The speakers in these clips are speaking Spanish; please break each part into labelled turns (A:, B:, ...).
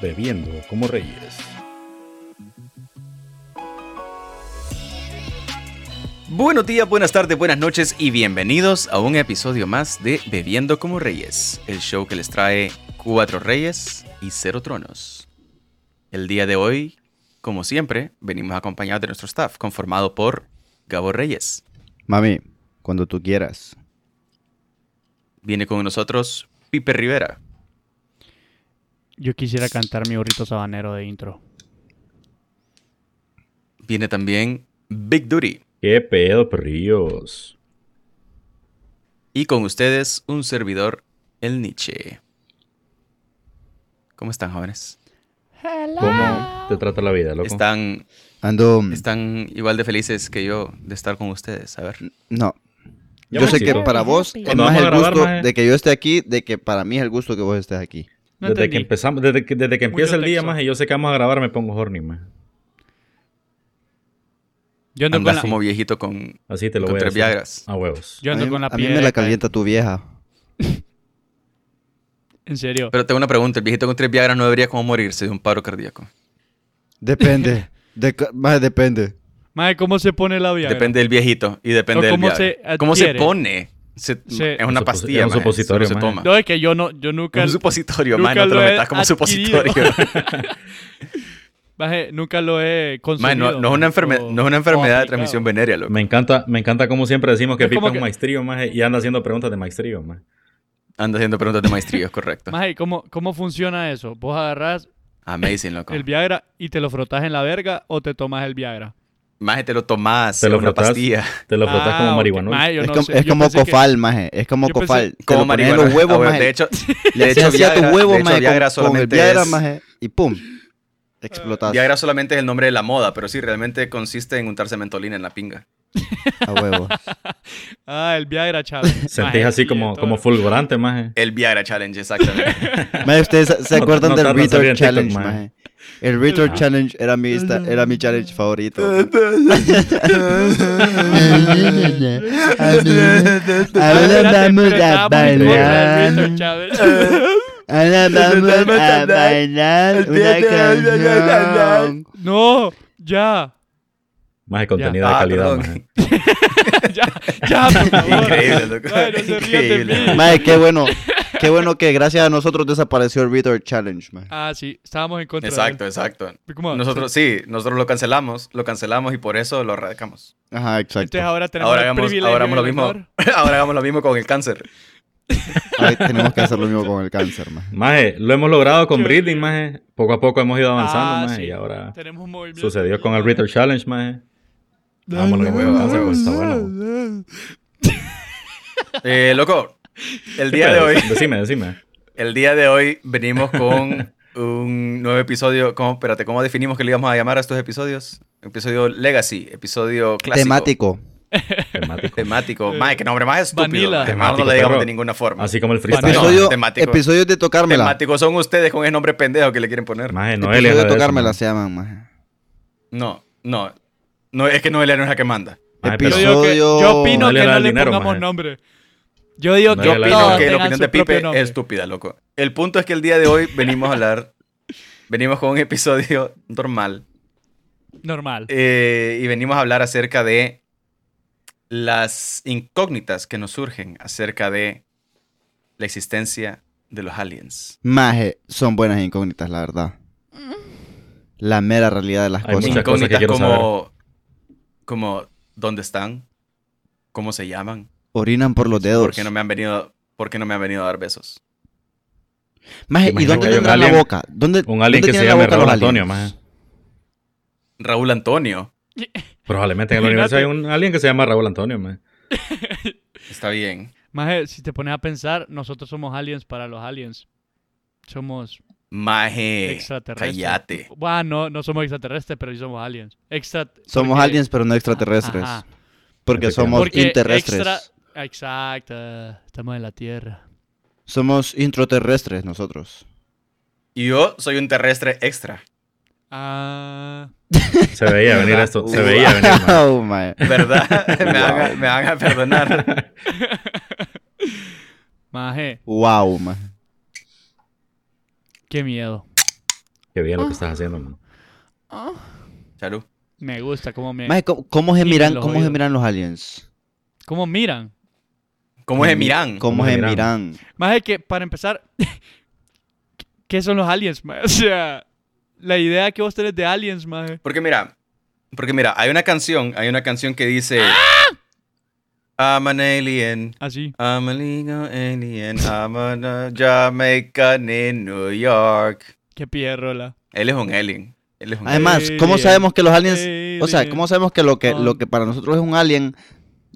A: Bebiendo como Reyes.
B: Buenos días, buenas tardes, buenas noches y bienvenidos a un episodio más de Bebiendo como Reyes, el show que les trae cuatro reyes y cero tronos. El día de hoy, como siempre, venimos acompañados de nuestro staff, conformado por Gabo Reyes.
C: Mami, cuando tú quieras.
B: Viene con nosotros Pipe Rivera.
D: Yo quisiera cantar mi burrito sabanero de intro.
B: Viene también Big Duty.
A: ¡Qué pedo, perrillos!
B: Y con ustedes, un servidor, el Nietzsche. ¿Cómo están, jóvenes?
A: ¿Cómo te trata la vida, loco?
B: Están,
C: Ando.
B: están igual de felices que yo de estar con ustedes. A ver.
C: No.
A: Ya
C: Yo
A: me
C: sé que
A: excito.
C: para vos es
A: Cuando vamos
C: más
A: a
C: el
A: grabar,
C: gusto
A: maje.
C: de que yo esté aquí, de que para mí es el gusto que vos estés aquí.
D: No
A: desde que
D: entendí.
A: empezamos, desde que, desde que
D: Mucho
A: empieza el día,
D: texto.
A: más, yo sé que vamos a grabar, me pongo horny, más.
D: Yo ando, con
B: Andas
D: la,
B: como viejito con,
A: Así te lo
B: con
A: voy a
B: tres
A: decir. Ah.
B: Viagras.
A: A huevos.
D: yo
C: a
D: ando
C: mí,
D: con la
C: a mí me
D: piedra
C: la
D: acá.
C: calienta tu vieja.
D: En serio.
B: Pero tengo una pregunta. ¿El viejito con tres Viagras no debería como morirse de un paro cardíaco?
C: Depende. de ca- más depende.
D: Madre, ¿cómo se pone la viagra?
B: Depende del viejito y depende
D: ¿O
B: del
D: cómo
B: Viagra.
D: se
B: ¿Cómo se
D: adquiere?
B: pone? Se-
D: Se-
B: Es una
A: Un suposi-
B: pastilla,
A: es un
B: maje,
A: supositorio,
B: solo se
A: maje.
B: toma.
D: No, es que yo no, yo nunca,
B: un supositorio,
D: nunca
B: maje, no te lo
D: lo he
B: metas como
D: adquirido.
B: supositorio.
D: Maje, nunca lo he consumido.
B: Maje, no, no es una enferme-
D: o-
B: no es una
D: o
B: enfermedad de
D: aplicado.
B: transmisión venérea, loco.
A: Me encanta, me encanta como siempre decimos que
D: Es
A: Pipa
D: como
A: es un
D: que-
A: maestrío, más, y anda haciendo preguntas de maestrío, más.
B: Anda haciendo preguntas de maestrío, correcto.
D: Maje, ¿cómo, ¿cómo funciona eso? ¿Vos agarrás
B: Amazing, loco.
D: el Viagra y te lo frotás en la verga o te tomas el Viagra?
B: Maje, te lo tomás,
A: Te lo
B: es una
A: frotás.
B: pastilla.
A: Te lo frotas
D: Ah,
A: como
D: ok.
A: marihuana.
D: Maje, yo
C: es
D: no
C: como,
D: sé.
C: es
D: Yo
C: como
D: pensé que-
C: cofal, maje. Es como
D: Yo pensé-
C: cofal. Te
B: Como
C: lo pones en
B: marihuana.
C: los huevos,
B: Ah, bueno,
C: maje.
B: De hecho,
C: Le
B: de hecho,
C: hacía tus
B: Viagra-
C: huevos,
B: de hecho,
C: maje, con-
B: Viagra
C: con, el
B: solamente
C: Viagra,
B: es-
C: maje, y pum. Explotas.
B: Viagra solamente es el nombre de la moda, pero sí, realmente consiste en untarse mentolina en la pinga.
C: A huevo.
D: Ah, el Viagra, chaval.
A: Sentís así como, como fulgurante, más.
B: El Viagra Challenge, exactamente.
C: Maje, ¿ustedes se- se
A: No-
C: acuerdan
A: no
C: del
A: tarda en salir
C: Reader
A: en TikTok,
C: Challenge,
A: maje.
C: maje? El Reader
A: Ah.
C: Challenge era mi, esta- era mi challenge favorito.
D: Ahora vamos
C: a bailar. Ahora vamos a bailar una canción.
D: No, ya.
A: Más de contenido de
B: Ah,
A: calidad,
B: perdón.
A: maje.
D: Ya, ya, por favor.
B: Increíble, loco.
D: Ay, no se rían de
B: Increíble.
D: mí.
C: Mae, qué bueno. Qué bueno que gracias a nosotros desapareció el Reader Challenge, mae.
D: Ah, sí, estábamos en contra. de él.
B: Exacto, exacto.
D: ¿Cómo?
B: Nosotros sí, nosotros lo cancelamos, lo cancelamos y por eso lo erradicamos.
C: Ajá, exacto.
D: Entonces ahora tenemos
B: Ahora
D: el
B: hagamos,
D: privilegio
B: ahora hagamos
D: y
B: lo
D: el
B: mismo.
D: honor.
B: Ahora hagamos lo mismo con el cáncer.
C: Ahora tenemos que hacer lo mismo con el cáncer, mae.
A: Maje, lo hemos logrado con
D: Yo-
A: Breathing, maje. Poco a poco hemos ido avanzando,
D: Ah,
A: maje,
D: sí.
A: y ahora
D: Tenemos un movimiento.
A: sucedió con el Reader Challenge, maje. Vámonos, que huevo, huevo, está bueno.
B: Eh, loco, el
A: ¿Qué
B: día de
A: pedo?
B: hoy,
A: Decime, decime.
B: el día de hoy venimos con un nuevo episodio. ¿Cómo, espérate, ¿cómo definimos que le íbamos a llamar a estos episodios? Episodio Legacy, episodio clásico.
C: Temático.
A: Temático.
B: Temático. Mae, qué nombre más estúpido.
D: Vanilla.
B: Además, no
A: Temático,
B: le digamos
A: perro.
B: de ninguna forma.
A: Así como el freestyle.
B: Episodio-
C: Episodios
B: temático.
C: episodio de tocármela.
B: Temáticos son ustedes con el nombre pendejo que le quieren poner.
A: Maje, Noelia.
C: Episodio de
A: era de eso,
C: tocármela
A: maje.
C: se llaman, mae.
B: No, no. no es que Noelia no es la que manda.
A: Maje,
D: Yo,
A: pero-
C: Episodio-
D: digo que, yo
C: Episodio-
D: opino
A: No le
D: que
A: da
D: no
A: el
D: le
A: dinero,
D: pongamos
A: maje.
D: nombre. Yo digo
A: No
D: que
A: le da
B: Yo
A: el
B: opino
A: dinero.
D: todos
B: que la
D: tengan
B: opinión
D: su
B: de
D: propio
B: Pipe
D: nombre.
B: es estúpida, loco. El punto es que el día de hoy venimos a hablar. venimos con un episodio normal.
D: Normal.
B: eh, y venimos a hablar acerca de las incógnitas que nos surgen acerca de la existencia de los aliens.
C: Maje, son buenas incógnitas, la verdad. La mera realidad de las
A: Hay
C: cosas.
A: muchas cosas que
B: incógnitas
A: quiero
B: como, como dónde están, cómo se llaman,
C: Orinan por los dedos.
B: por qué no me han venido, por qué no me han venido a dar besos.
C: Maje, ¿y
A: Imagino que
C: dónde
A: hay un
C: tendrán la
A: alien-
C: boca? ¿Dónde,
A: Un alien
C: dónde
A: que se
C: tienen la
A: llame
C: boca
A: Raúl
C: los
A: Antonio,
C: aliens?
A: maje.
B: Raúl Antonio,
A: Probablemente en el universo hay un alien que se llama Raúl Antonio, maje.
B: está bien.
D: Maje, si te pones a pensar, nosotros somos aliens para los aliens. Somos
B: Maje,
D: extraterrestres.
B: Eh, cállate.
D: Bueno, no, no somos extraterrestres, pero sí somos aliens. Extra...
C: Somos
D: porque-
C: aliens, pero no extraterrestres.
D: Ajá.
C: Porque somos
D: Porque
C: interrestres.
D: extra- ah, Exacto. Estamos en la Tierra.
C: Somos introterrestres nosotros.
B: Y yo soy un terrestre extra,
D: Ah,
A: Se veía venir
B: ¿Verdad?
A: esto, se veía venir, maje.
C: Oh, maje.
B: ¿verdad? me, van a, me van a perdonar.
D: maje,
C: Wow, maje.
D: qué miedo.
A: Qué bien lo que estás haciendo, man.
B: Salud.
D: Me gusta cómo me...
C: Maje, ¿cómo, cómo se
D: Y
C: miran,
D: Eh, los
C: cómo se
D: oídos.
C: miran los aliens?
D: ¿Cómo miran?
B: ¿Cómo
C: Mm.
B: es Mirán?
C: ¿Cómo
A: ¿Cómo se
C: se
A: miran?
C: miran?
D: Más de que, para empezar, ¿qué son los aliens, maje? O sea, la idea que vos tenés de aliens, maje.
B: Porque mira, porque mira, hay una canción, hay una canción que dice I'm an alien,
D: Así.
B: I'm a legal alien, I'm a Jamaican in New York.
D: Qué pierrola.
B: Él es un alien. Él es un alien.
C: Además, ¿cómo
D: Alien.
C: sabemos que los aliens... O sea,
D: Alien.
C: ¿cómo sabemos que lo que,
D: Ah.
C: lo que para nosotros es un alien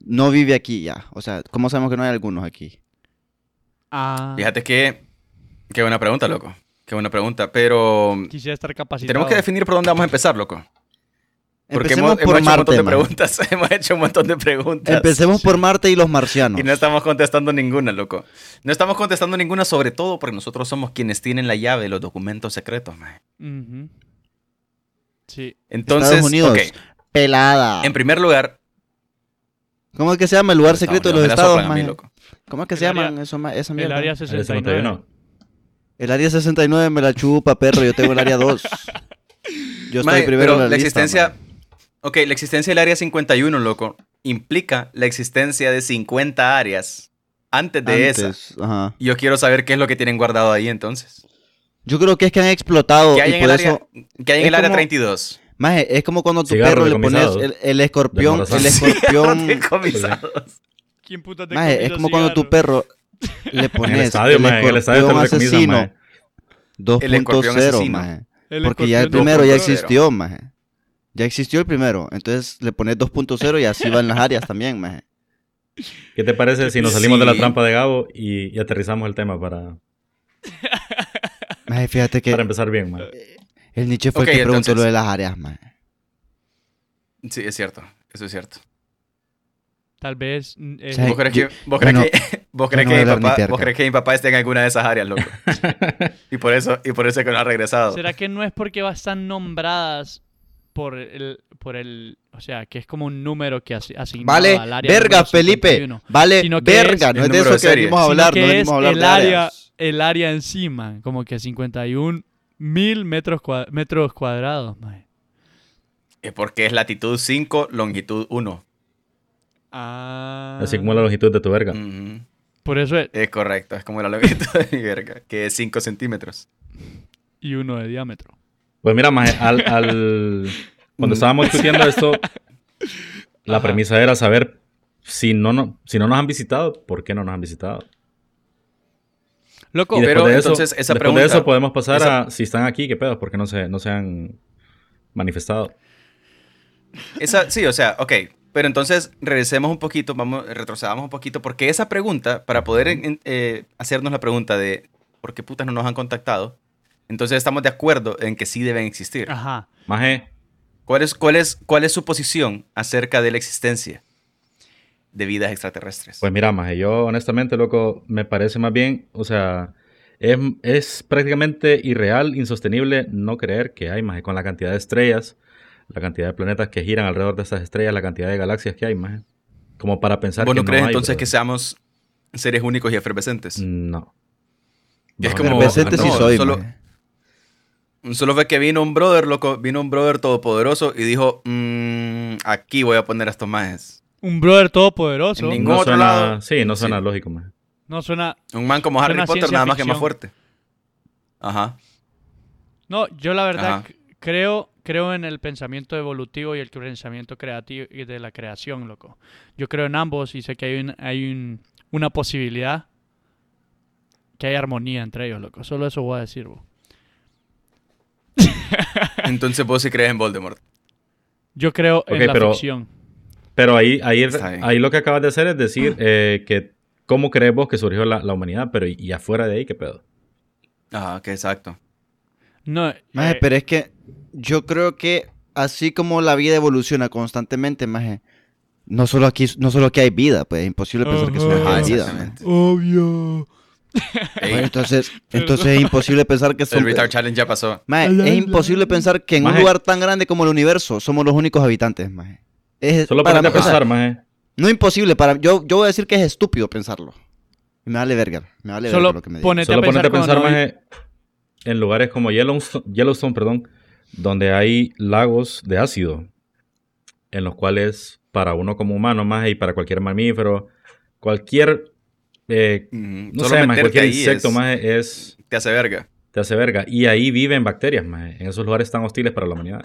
C: no vive aquí ya? O sea, ¿cómo sabemos que no hay algunos aquí?
D: Ah,
B: Fíjate que qué buena pregunta, loco. Qué buena pregunta, pero
D: quisiera estar capacitado.
B: tenemos que definir por dónde vamos a empezar, loco. Porque
C: Empecemos
B: hemos, hemos
C: por
B: hecho un montón
C: Marte,
B: de
C: man.
B: preguntas, hemos hecho un montón de preguntas.
C: Empecemos por Marte y los marcianos.
B: Y no estamos contestando ninguna, loco. No estamos contestando ninguna, sobre todo porque nosotros somos quienes tienen la llave de los documentos secretos, man.
D: Ujú. Sí.
B: Entonces,
C: Estados Unidos.
B: ok,
C: Pelada.
B: en primer lugar,
C: ¿Cómo es que se llama el lugar secreto de los
B: Estados Unidos
C: estados,
B: me la soplan a mí,
C: maje?
B: loco.
C: ¿Cómo es que
D: El
C: se
D: área-
C: llaman eso, ma- esa
D: El
C: mierda?
D: área
A: Área
D: 69.
C: El área 69 me la chupa, perro. Yo tengo el área 2. Yo estoy
B: Mae, pero
C: primero en la,
B: la
C: lista,
B: existencia,
C: mae.
B: ok, la existencia del área 51, loco, implica la existencia de 50 áreas antes de
C: Antes,
B: esa.
C: ajá.
B: Y Yo quiero saber qué es lo que tienen guardado ahí entonces.
C: Yo creo que es que han explotado
B: ¿Qué hay
C: Oh, y
B: en
C: por
B: el
C: eso...
B: área, qué hay en
C: es
B: el área
C: como-
B: 32?
C: Maje, es como cuando a tu
A: Cigarros
C: perro le pones
A: decomisados.
C: el, el escorpión, el
A: Desmorozados.
C: escorpión...
B: Decomisados.
D: ¿Quién puta te
C: maje, es
D: comió
C: como cuando tu
D: cigarro?
C: perro le
A: En
C: pones
A: el estadio, man. En el estadio te
C: escorpión
A: lo decomisan,
C: asesino
A: man.
B: El escorpión
C: 2.0,
B: asesino.
C: maje.
D: El
C: Porque ya el
D: escorpión
C: primero ya
B: 2.0.
C: existió, maje. Ya existió el primero. Entonces le pones 2.0 y así van las áreas también, maje.
A: ¿Qué te parece si nos salimos de la
B: Sí.
A: trampa de Gabo y, y aterrizamos el tema para,
C: Maje, fíjate que
A: para empezar bien, man?
C: Eh, el Nietzsche fue
B: Ok,
C: el que preguntó
B: entonces-
C: lo de las áreas, maje.
B: Sí, es cierto. Eso es cierto.
D: Tal vez. mm, eh,
C: O sea,
B: ¿Vos crees
C: yo-
B: que, vos crees
C: bueno,
B: que, vos crees
C: yo no
B: que
C: voy a
B: mi
C: hablar ni
B: papá,
C: terca.
B: vos crees que mi papá esté en alguna de esas áreas, loco? y por eso, y por eso es que no ha regresado.
D: ¿Será que no es porque va a estar nombradas por el, por el. O sea, que es como un número que asi- asignado
C: Vale,
D: al área
C: verga,
D: número
C: Felipe.
D: 51,
C: Vale,
D: Sino que
C: verga.
B: es
C: no
B: el
C: es de
B: número
C: eso
B: de
C: que
B: series.
C: venimos a
D: sino
C: hablar. No
D: que es
C: venimos a hablar
D: el
C: de
D: área,
C: áreas.
D: el área encima, como que 51 mil metros, cua- metros cuadrados. mae.
B: Es porque es latitud 5, longitud 1.
D: Ah,
A: Así como la longitud de tu verga.
B: Ujú.
D: Por eso es.
B: Es correcto, es como la longitud de mi verga, que es 5 centímetros.
D: Y uno de diámetro.
A: Pues mira, maje, al, al- cuando estábamos discutiendo esto, la
D: Ajá.
A: premisa era saber si no, no, si no nos han visitado, ¿por qué no nos han visitado?
D: Loco,
A: Y después
B: Pero
A: de eso,
B: entonces, esa
A: después de
B: pregunta-
A: eso podemos pasar
B: esa-
A: a si están aquí, qué pedo, porque no se, no se han manifestado.
B: Esa, sí, o sea, ok. Pero entonces regresemos un poquito, vamos, retrocedamos un poquito, porque esa pregunta, para poder en- eh, hacernos la pregunta de por qué putas no nos han contactado, entonces estamos de acuerdo en que sí deben existir.
D: ajá.
A: Maje,
B: ¿Cuál es, cuál, es, ¿Cuál es su posición acerca de la existencia de vidas extraterrestres?
A: Pues mira, maje, yo honestamente, loco, me parece más bien, o sea, es, es prácticamente irreal, insostenible no creer que hay, maje, con la cantidad de estrellas, la cantidad de planetas que giran alrededor de esas estrellas, la cantidad de galaxias que hay, maje. Como para pensar
B: ¿Vos
A: que
B: no crees
A: hay,
B: entonces
A: brother.
B: que seamos seres únicos y efervescentes?
A: No.
B: Es
A: No,
B: como-
A: no,
C: Efervescente
A: no,
C: sí
A: no.
C: soy,
B: solo-
C: maje.
B: Solo fue que vino un brother, loco, vino un brother todopoderoso y dijo, "Mm, aquí voy a poner a estos majes.
D: Un brother todopoderoso.
B: En
A: No
B: ningún otro
A: suena-
B: lado.
A: Sí, no
B: Sí.
A: suena lógico, maje.
D: No suena.
B: Un man como Harry
D: Suena a
B: Potter,
D: ciencia
B: nada más que más
D: ficción.
B: fuerte. Ajá.
D: No, yo la verdad
B: Ajá.
D: c- creo, creo en el pensamiento evolutivo y el pensamiento creativo y de la creación, loco. Yo creo en ambos y sé que hay, un- hay un- una posibilidad que hay armonía entre ellos, loco. Solo eso voy a decir, bo.
B: Entonces vos sí crees en Voldemort.
D: Yo creo
A: Ok,
D: en la
A: pero-
D: ficción.
A: Pero ahí, ahí,
B: Está bien. Ah.
A: ahí lo que acabas de hacer es decir eh, que cómo crees vos que surgió la, la humanidad, pero y, y afuera de ahí, qué pedo.
B: Ajá, que exacto.
D: No,
C: Maje,
D: eh,
C: pero es que yo creo que así como la vida evoluciona constantemente, maje, no solo aquí, no solo aquí hay vida, pues es imposible pensar que
A: Oh,
C: solo
D: Ajá.
C: hay vida.
B: Exactamente.
D: Obvio.
B: Ey,
C: Bueno, entonces,
D: Perdón.
C: entonces es imposible pensar que
B: el
C: son,
B: Retard Challenge ya pasó.
C: Mae,
D: Ala,
C: es
D: ala,
C: imposible
D: ala.
C: pensar que en un
A: Maje.
C: lugar tan grande como el universo somos los únicos habitantes, maje. Es
A: Solo
C: para
A: para
C: o sea,
A: pensar, maje.
C: No imposible, para yo, yo voy a decir que es estúpido pensarlo. Me vale verga, me vale verga
D: Solo
C: lo que me digan.
D: ponete
A: Solo
D: a pensar,
A: ponerte a pensar,
D: cuando no vi-
A: maje, en lugares como Yellowstone, Yellowstone, perdón, donde hay lagos de ácido, en los cuales para uno como humano más y para cualquier mamífero, cualquier, eh,
B: Ujú.
A: no
B: Solo
A: sé, maje,
B: meterte
A: cualquier
B: ahí
A: insecto
B: es-
A: más es,
B: Te hace verga.
A: te hace verga. Y ahí viven bacterias más, en esos lugares tan hostiles para la humanidad.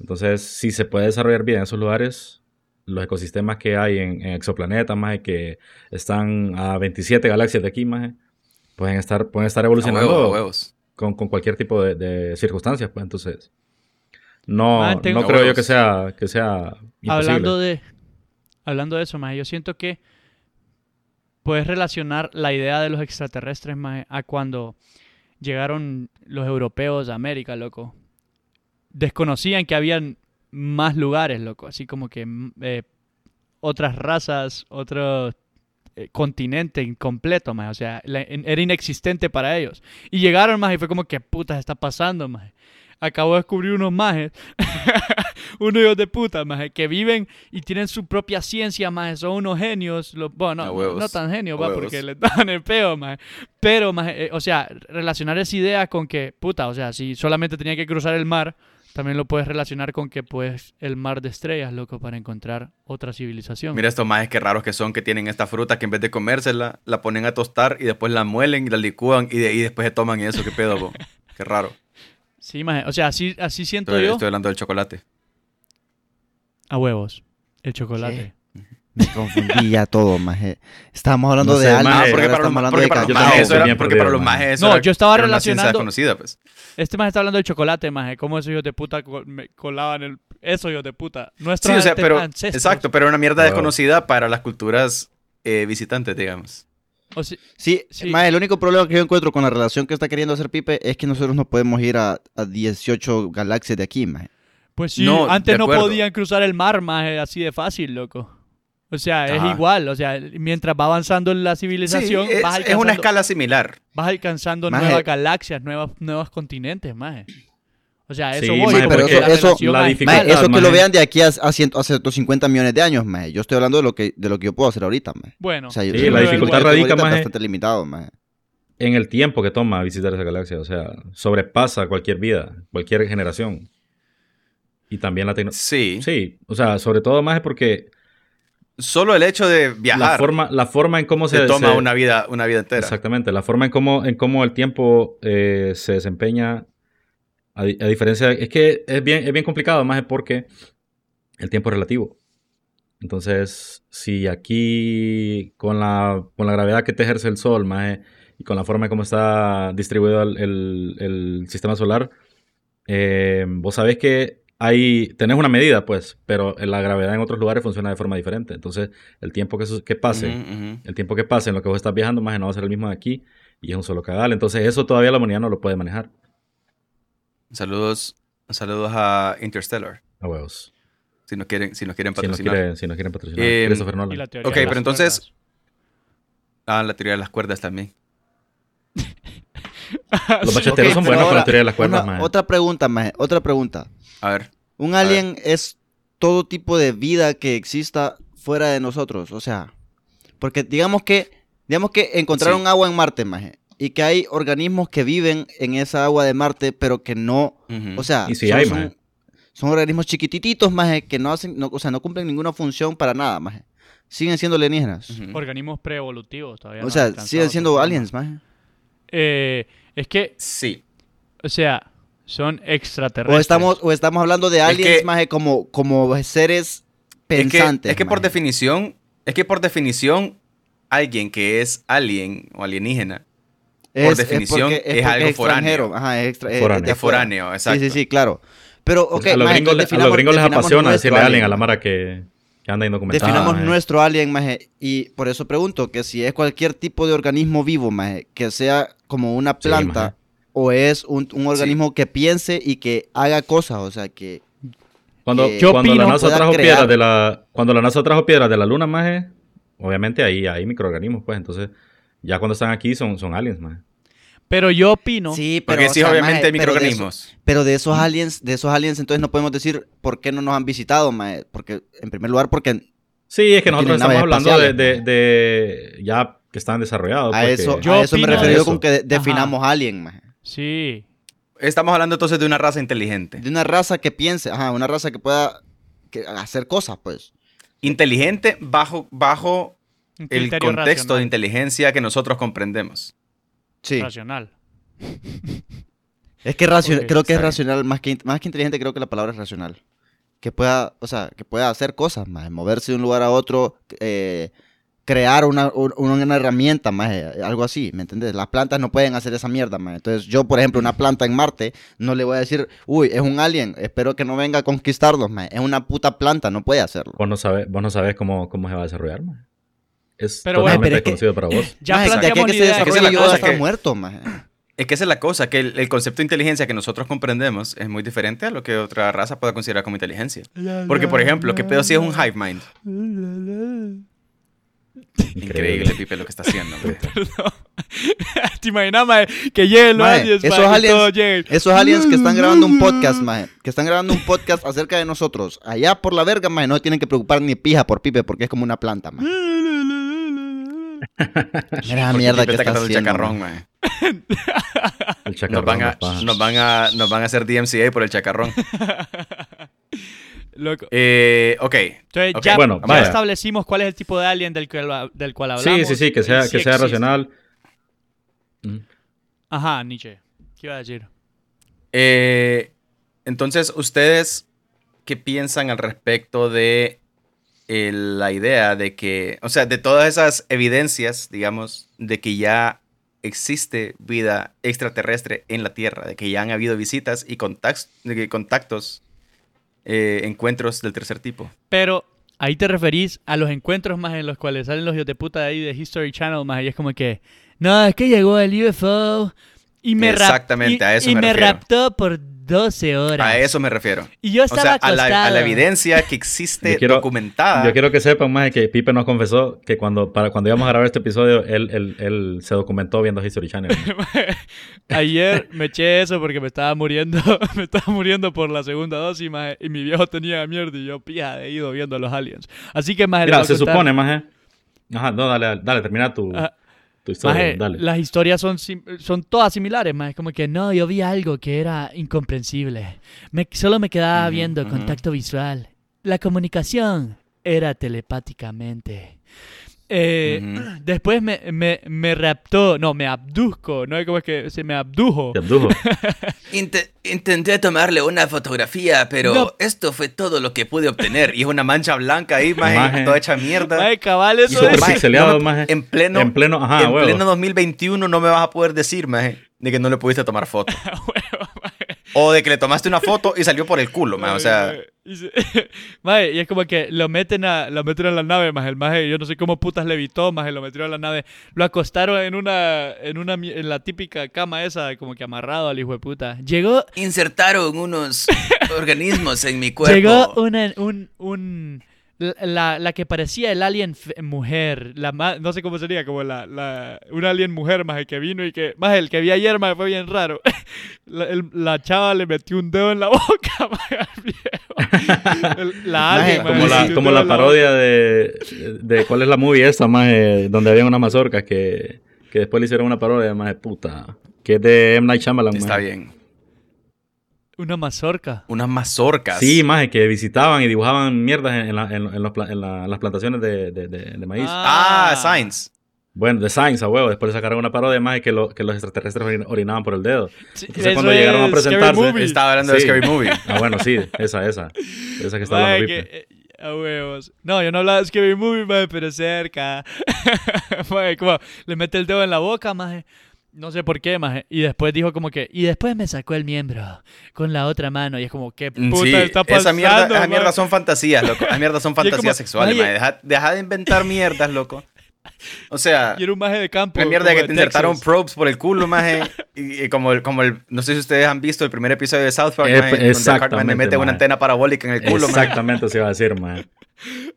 A: Entonces, si se puede desarrollar vida en esos lugares, los ecosistemas que hay en, en exoplanetas más que están a 27 galaxias de aquí más, pueden estar, pueden estar
B: A
A: evolucionando
B: huevos, a huevos.
A: con, con cualquier tipo de, de circunstancias, pues entonces. No,
D: Ah, tengo-
A: no creo yo
B: Huevos.
A: que sea, que sea imposible.
D: Hablando de, hablando de eso, más yo siento que puedes relacionar la idea de los extraterrestres más a cuando llegaron los europeos a América, loco. Desconocían que habían más lugares, loco, así como que mm, eh, otras razas, otro eh, continente incompleto, más, o sea, la- en- era inexistente para ellos. Y llegaron más y fue como que putas está pasando, más. Acabo de descubrir unos majes unos hijos de puta, maje, que viven y tienen su propia ciencia, maje, son unos genios, los, bueno,
B: A
D: no,
B: huevos.
D: no tan genios,
B: A
D: va,
B: huevos.
D: porque les dan el peo, maje. Pero, maje, eh, o sea, relacionar esa idea con que, puta, o sea, si solamente tenía que cruzar el mar, también lo puedes relacionar con que, pues, el mar de estrellas, loco, para encontrar otra civilización.
B: Mira estos majes que raros que son que tienen esta fruta que en vez de comérsela, la ponen a tostar y después la muelen y la licúan y de ahí después se toman y eso, qué pedo, po? Qué raro.
D: Sí, maje, o sea, así, así siento
B: Estoy,
D: yo.
B: estoy hablando del chocolate.
D: A huevos, el chocolate.
C: Me confundí ya todo, maje. Estábamos hablando
A: No sé,
C: de aliens,
A: maje,
B: Ah,
C: ahora
B: porque para los,
C: estamos hablando
B: porque
C: de
B: para los
A: cacao.
C: cacao.
B: majes
A: Yo
B: eso era,
A: también
B: porque
A: perdido,
B: para los
A: man.
B: majes eso
D: No,
B: era-
D: yo estaba
B: era una ciencia
D: relacionando-
B: desconocida, pues.
D: Este maje está hablando del chocolate, maje, cómo esos hijos de puta col- me colaban el... Esos hijos de puta.
B: Sí,
D: Nuestros
B: o sea,
D: ante-
B: pero
D: ancestros.
B: exacto, pero era una mierda
A: Wow.
B: desconocida para las culturas eh, visitantes, digamos.
D: O sea,
C: Sí,
D: Sí.
C: maje, el único problema que yo encuentro con la relación que está queriendo hacer Pipe es que nosotros no podemos ir a, a 18 galaxias de aquí, maje.
D: Pues sí,
B: No,
D: antes
B: de
D: no
B: acuerdo.
D: podían cruzar el mar más eh, así de fácil, loco. O sea,
B: Ajá.
D: es igual, o sea, mientras va avanzando la
B: Sí,
D: civilización,
B: es,
D: vas
B: es
D: alcanzando,
B: una escala similar.
D: vas alcanzando
C: Maje.
D: nuevas galaxias, nuevas, nuevos continentes, más. O sea, eso
A: Sí,
D: voy,
C: maje, pero
D: porque
C: eso- eso-
D: relación
A: la
D: es-
A: dificultad-
C: Maje,
A: Igualdad,
C: eso que
A: maje.
C: lo vean de aquí a, a, 100 a 150 millones de años, maje. Yo estoy hablando de lo que, de lo que yo puedo hacer ahorita, maje.
D: Bueno,
C: yo-
A: Sí,
C: yo
A: la
C: creo que
A: dificultad
C: lo que tengo
A: radica,
C: ahorita es
A: maje.
C: bastante limitado, maje.
A: En el tiempo que toma visitar esa galaxia, o sea, sobrepasa cualquier vida, cualquier generación. Y también la tecnología.
B: Sí.
A: Sí, o sea, sobre todo más porque
B: Solo el hecho de
A: la
B: viajar
A: forma, la forma en cómo se,
B: se toma
A: se-
B: una vida una vida entera.
A: Exactamente, la forma en cómo, en cómo el tiempo eh, se desempeña, a, di- a diferencia, es que es bien, es bien complicado, más es porque el tiempo es relativo. Entonces, si aquí con la, con la gravedad que te ejerce el Sol, más y con la forma en cómo está distribuido el, el- el sistema solar, eh, vos sabés que hay, tenés una medida, pues, pero la gravedad en otros lugares funciona de forma diferente. Entonces, el tiempo que, su- que pase
B: Ujú, ujú.
A: el tiempo que pase en lo que vos estás viajando, más no va a ser el mismo de aquí y es un solo cagal. Entonces, eso todavía la humanidad no lo puede manejar.
B: Saludos, saludos a Interstellar,
A: A huevos.
B: si nos quieren si nos quieren
A: Si nos,
B: patrocinar.
A: quiere- si nos quieren patrocinar.
B: Eh,
A: Christopher
D: y
A: Nolan.
D: la teoría
B: Ok,
D: de las
B: pero entonces-
D: cuerdas.
B: Ah, la teoría de las cuerdas también.
A: Los
D: Sí.
A: macheteros
C: Ok,
A: son
C: pero
A: buenos para
C: ahora,
A: la teoría de las cuerdas,
C: Una-
A: maje.
C: otra pregunta, maje. Otra pregunta.
B: A ver,
C: Un
B: ver.
C: alien es todo tipo de vida que exista fuera de nosotros. O sea, porque digamos que, digamos que encontraron
B: Sí.
C: agua en Marte, maje, y que hay organismos que viven en esa agua de Marte, pero que no,
B: ujú.
C: o sea,
A: Y sí hay, maje.
C: son organismos chiquitititos, maje, que no hacen, no, o sea, no cumplen ninguna función para nada, maje. Siguen siendo alienígenas.
B: Ujú.
D: organismos preevolutivos todavía.
C: O
D: no han
C: sea,
D: alcanzado
C: siguen
D: esa
C: siendo
D: forma.
C: aliens, maje.
D: Eh, es que,
B: Sí.
D: o sea, son extraterrestres.
C: O estamos, o estamos hablando de
B: Es
C: aliens,
B: que-
C: maje, como, como
B: Es
C: seres
B: que,
C: pensantes.
B: es que por
C: maje.
B: definición, es que por definición alguien que es alien o alienígena Por definición,
C: porque-
B: es algo
C: extranjero.
B: foráneo.
C: Ajá, es extra- es-
A: Foráneo.
C: es de
B: es
C: afuera.
B: foráneo, exacto.
C: Sí, sí, sí, claro. Pero, ok,
A: a, los
C: maje,
A: gringos, le-
C: entonces
A: a los gringos les
C: definamos
A: apasiona
C: nuestro
A: decirle alien a la
C: alien,
A: mara que, que anda indocumentada.
C: Definamos
A: maje.
C: nuestro alien, maje, y por eso pregunto que si es cualquier tipo de organismo vivo, maje, que sea como una
A: Sí,
C: planta
A: maje.
C: o es un, un organismo que piense y que haga cosas, o sea, que
A: Cuando,
C: que
A: cuando la
C: opino
A: NASA
C: pueda
A: trajo
C: crear.
A: piedras de la, cuando la NASA trajo piedras de la luna, más obviamente ahí hay microorganismos, pues. Entonces, ya cuando están aquí son, son aliens, más
D: Pero yo opino...
C: Sí, pero
B: Porque
C: o
B: sí,
C: sea,
B: obviamente
C: maje,
B: hay
C: pero de eso-
B: microorganismos.
C: Pero de esos aliens, de esos aliens entonces no podemos decir por qué no nos han visitado, maje, porque en primer lugar porque
A: Sí, es que
C: No
A: nosotros
C: tienen
A: estamos
C: naves
A: hablando de,
C: espaciales,
A: de- de- ya que están desarrollados. pues,
C: a
A: porque-
C: eso,
D: Yo
C: a eso me
D: opino
C: refiero yo
A: eso.
C: con que de- definamos alien, maje.
D: Sí.
B: Estamos hablando entonces de una raza inteligente.
C: De una raza que piense, ajá, una raza que pueda que- hacer cosas, pues.
B: Inteligente bajo, bajo
D: un
B: el
D: criterio
B: contexto de
D: racional,
B: inteligencia que nosotros comprendemos.
C: Sí.
D: racional.
C: Es que racio-
D: Ok,
C: creo que es
B: está bien.
C: racional, más que, in- más que inteligente, creo que la palabra es racional. Que pueda, o sea, que pueda hacer cosas, más, moverse de un lugar a otro, eh, crear una, un- una herramienta, más, eh, algo así, ¿me entiendes? Las plantas no pueden hacer esa mierda, más. Entonces, yo, por ejemplo, una planta en Marte, no le voy a decir, uy, es un alien, espero que no venga a conquistarnos, más. Es una puta planta, no puede hacerlo.
A: Vos no sabes, vos no sabes cómo, cómo se va a desarrollar, maje. Es
D: Pero bueno,
A: totalmente
C: pero es que-
A: desconocido para vos.
D: Ya
C: Maje, de aquí a que
D: planteamos la
C: se
D: idea.
B: desarrolle- Esa es
C: desarrolle
B: la
C: yo voy a
B: cosa
C: estar
B: que-
C: muerto, más.
B: Es que esa es la cosa, que el, el concepto de inteligencia que nosotros comprendemos es muy diferente a lo que otra raza pueda considerar como inteligencia. Porque, por ejemplo, ¿qué pedo si es un hive mind? Increíble, Pipe, lo que está haciendo. hombre.
D: Te imaginas, mae, que lleguen los
C: Mae,
D: aliens,
C: esos
D: mae, que
C: aliens-
D: todos lleguen.
C: Esos aliens que están grabando un podcast, maje, que están grabando un podcast acerca de nosotros, allá por la verga, maje, no se tienen que preocupar ni pija por Pipe, porque es como una planta,
D: Mm.
C: maje. Mira la
B: Porque
C: Ah, mierda
B: Pipe está
C: que está
B: cantando el
C: haciendo,
B: chacarrón,
C: maje.
B: mae.
A: El
B: Nos
A: chacarrón,
B: van,
A: las
B: a,
A: pajas.
B: nos, van a, nos van a hacer DMCA por el chacarrón.
D: Loco.
B: Eh, ok,
D: Entonces,
B: Ok,
D: ya,
A: bueno,
D: ya
A: vaya.
D: establecimos cuál es el tipo de alien del, que- del cual
A: Sí,
D: hablamos.
A: sí, sí, que
D: y
A: sea,
D: si
A: que sea
D: existe.
A: racional. Mm.
D: Ajá, Nietzsche. ¿Qué iba a decir?
B: Eh, entonces, ¿ustedes qué piensan al respecto de eh, la idea de que, o sea, de todas esas evidencias, digamos, de que ya existe vida extraterrestre en la Tierra, de que ya han habido visitas y contactos, contactos eh, encuentros del tercer tipo?
D: Pero ahí te referís a los encuentros más en los cuales salen los hijos de puta de ahí de History Channel más y es como que no, es que llegó el UFO y me rap-
B: Exactamente,
D: y-
B: a eso
D: y
B: me
D: me
B: refiero.
D: raptó por 12 horas.
B: A eso me refiero.
D: Y yo
B: O
D: estaba
B: sea, a
D: acostado.
B: la, a la evidencia que existe
A: Yo quiero-
B: documentada.
A: Yo quiero que sepan, más que Pipe nos confesó que cuando, para cuando íbamos a grabar este episodio, él, él- él se documentó viendo History Channel. maje.
D: Ayer me eché eso porque me estaba muriendo, me estaba muriendo por la segunda dosis maje, y mi viejo tenía mierda y yo pija he ido viendo a los aliens. Así que más
A: Mira, se supone, más. Ajá, no, dale, dale, dale, termina tu,
D: Ajá.
A: tu historia.
D: Maje,
A: dale.
D: Las historias son, sim- son todas similares, más es como que no, yo vi algo que era incomprensible. Me, solo me quedaba
B: Ujú,
D: viendo
B: ujú.
D: contacto visual. La comunicación era telepáticamente. Eh,
B: Ujú.
D: Después me, me, me raptó, no, me abduzco, no es como es que se me abdujo.
A: Te abdujo.
B: Inte- intenté tomarle una fotografía, pero
D: No.
B: esto fue todo lo que pude obtener. Y es una mancha blanca ahí, maje,
A: Maje.
B: toda hecha mierda.
D: Maje, cabal,
B: Y
D: eso
A: súper
D: es-
B: maje,
A: pixeleado,
B: me-
A: maje.
B: En pleno,
A: eh. en pleno, ajá,
B: en
A: huevo.
B: pleno 2021 no me vas a poder decir, maje, de que no le pudiste tomar foto.
D: Ah,
B: o de que le tomaste una foto y salió por el culo, maje. O sea,
D: Y, se- Mae, y es como que lo meten a, lo meten a la nave, más el maje, yo no sé cómo putas levitó, más lo metieron a la nave, lo acostaron en una, en una, mi- en la típica cama esa, como que amarrado al hijo de puta. Llegó,
B: insertaron unos organismos en mi
D: llegó una, un, un, la, la que parecía el alien f- mujer, la ma- no sé cómo sería, como la, la, un alien mujer, más el que vino y que, más el que vi ayer, más fue bien raro. La, el- la chava le metió un dedo en la boca, maje, al viejo. El- la
C: Maje,
D: alien, maje,
A: como
D: le
A: la,
D: metió un
A: como
D: dedo
A: la
D: en boca.
A: parodia de, de cuál es la movie esta, más eh, donde había unas mazorcas que, que después le hicieron una parodia, más de puta. Que es de M. Night Shyamalan,
B: Está
A: maje.
B: bien.
D: Una mazorca.
B: Unas mazorcas.
A: Sí, más que visitaban y dibujaban mierdas en, en la- en- en los pla- en la- en las plantaciones de, de- de- de maíz.
B: Ah, Science.
A: Bueno, de Science, a huevo. Después le sacaron una parodia, más que, lo- que los extraterrestres orin- orinaban por el dedo.
D: Sí,
A: Entonces,
D: eso
A: cuando llegaron a
D: es Scary
A: presentarse,
D: Movie.
B: Estaba hablando de
A: Sí.
B: Scary Movie.
A: Ah, bueno, sí, esa, esa. Esa que está
D: Mae,
A: hablando
D: que-
A: Pipe.
D: eh, a huevos. No, yo no hablaba de Scary Movie, mae, pero cerca. Mae, como le mete el dedo en la boca, maje. No sé por qué, maje. Y después dijo como que... Y después me sacó el miembro con la otra mano. Y es como, ¿qué puta
B: Mm, sí,
D: está pasando,
B: esa mierda, esa
D: mae?
B: mierda son fantasías, loco. Esa mierda son
D: como,
B: fantasías sexuales,
D: "Oye".
B: mae. Deja, deja de inventar mierdas, loco. O sea,
D: Y era un maje de campo.
B: la mierda de
D: como
B: que te insertaron
D: Texas.
B: probes por el culo, maje. Y, y como, el, como el, no sé si ustedes han visto el primer episodio de South Park,
A: Eh,
B: maje, donde Cartman le
A: exactamente,
B: mete
A: maje.
B: una antena parabólica en el culo, maje.
A: Exactamente se iba a decir, man.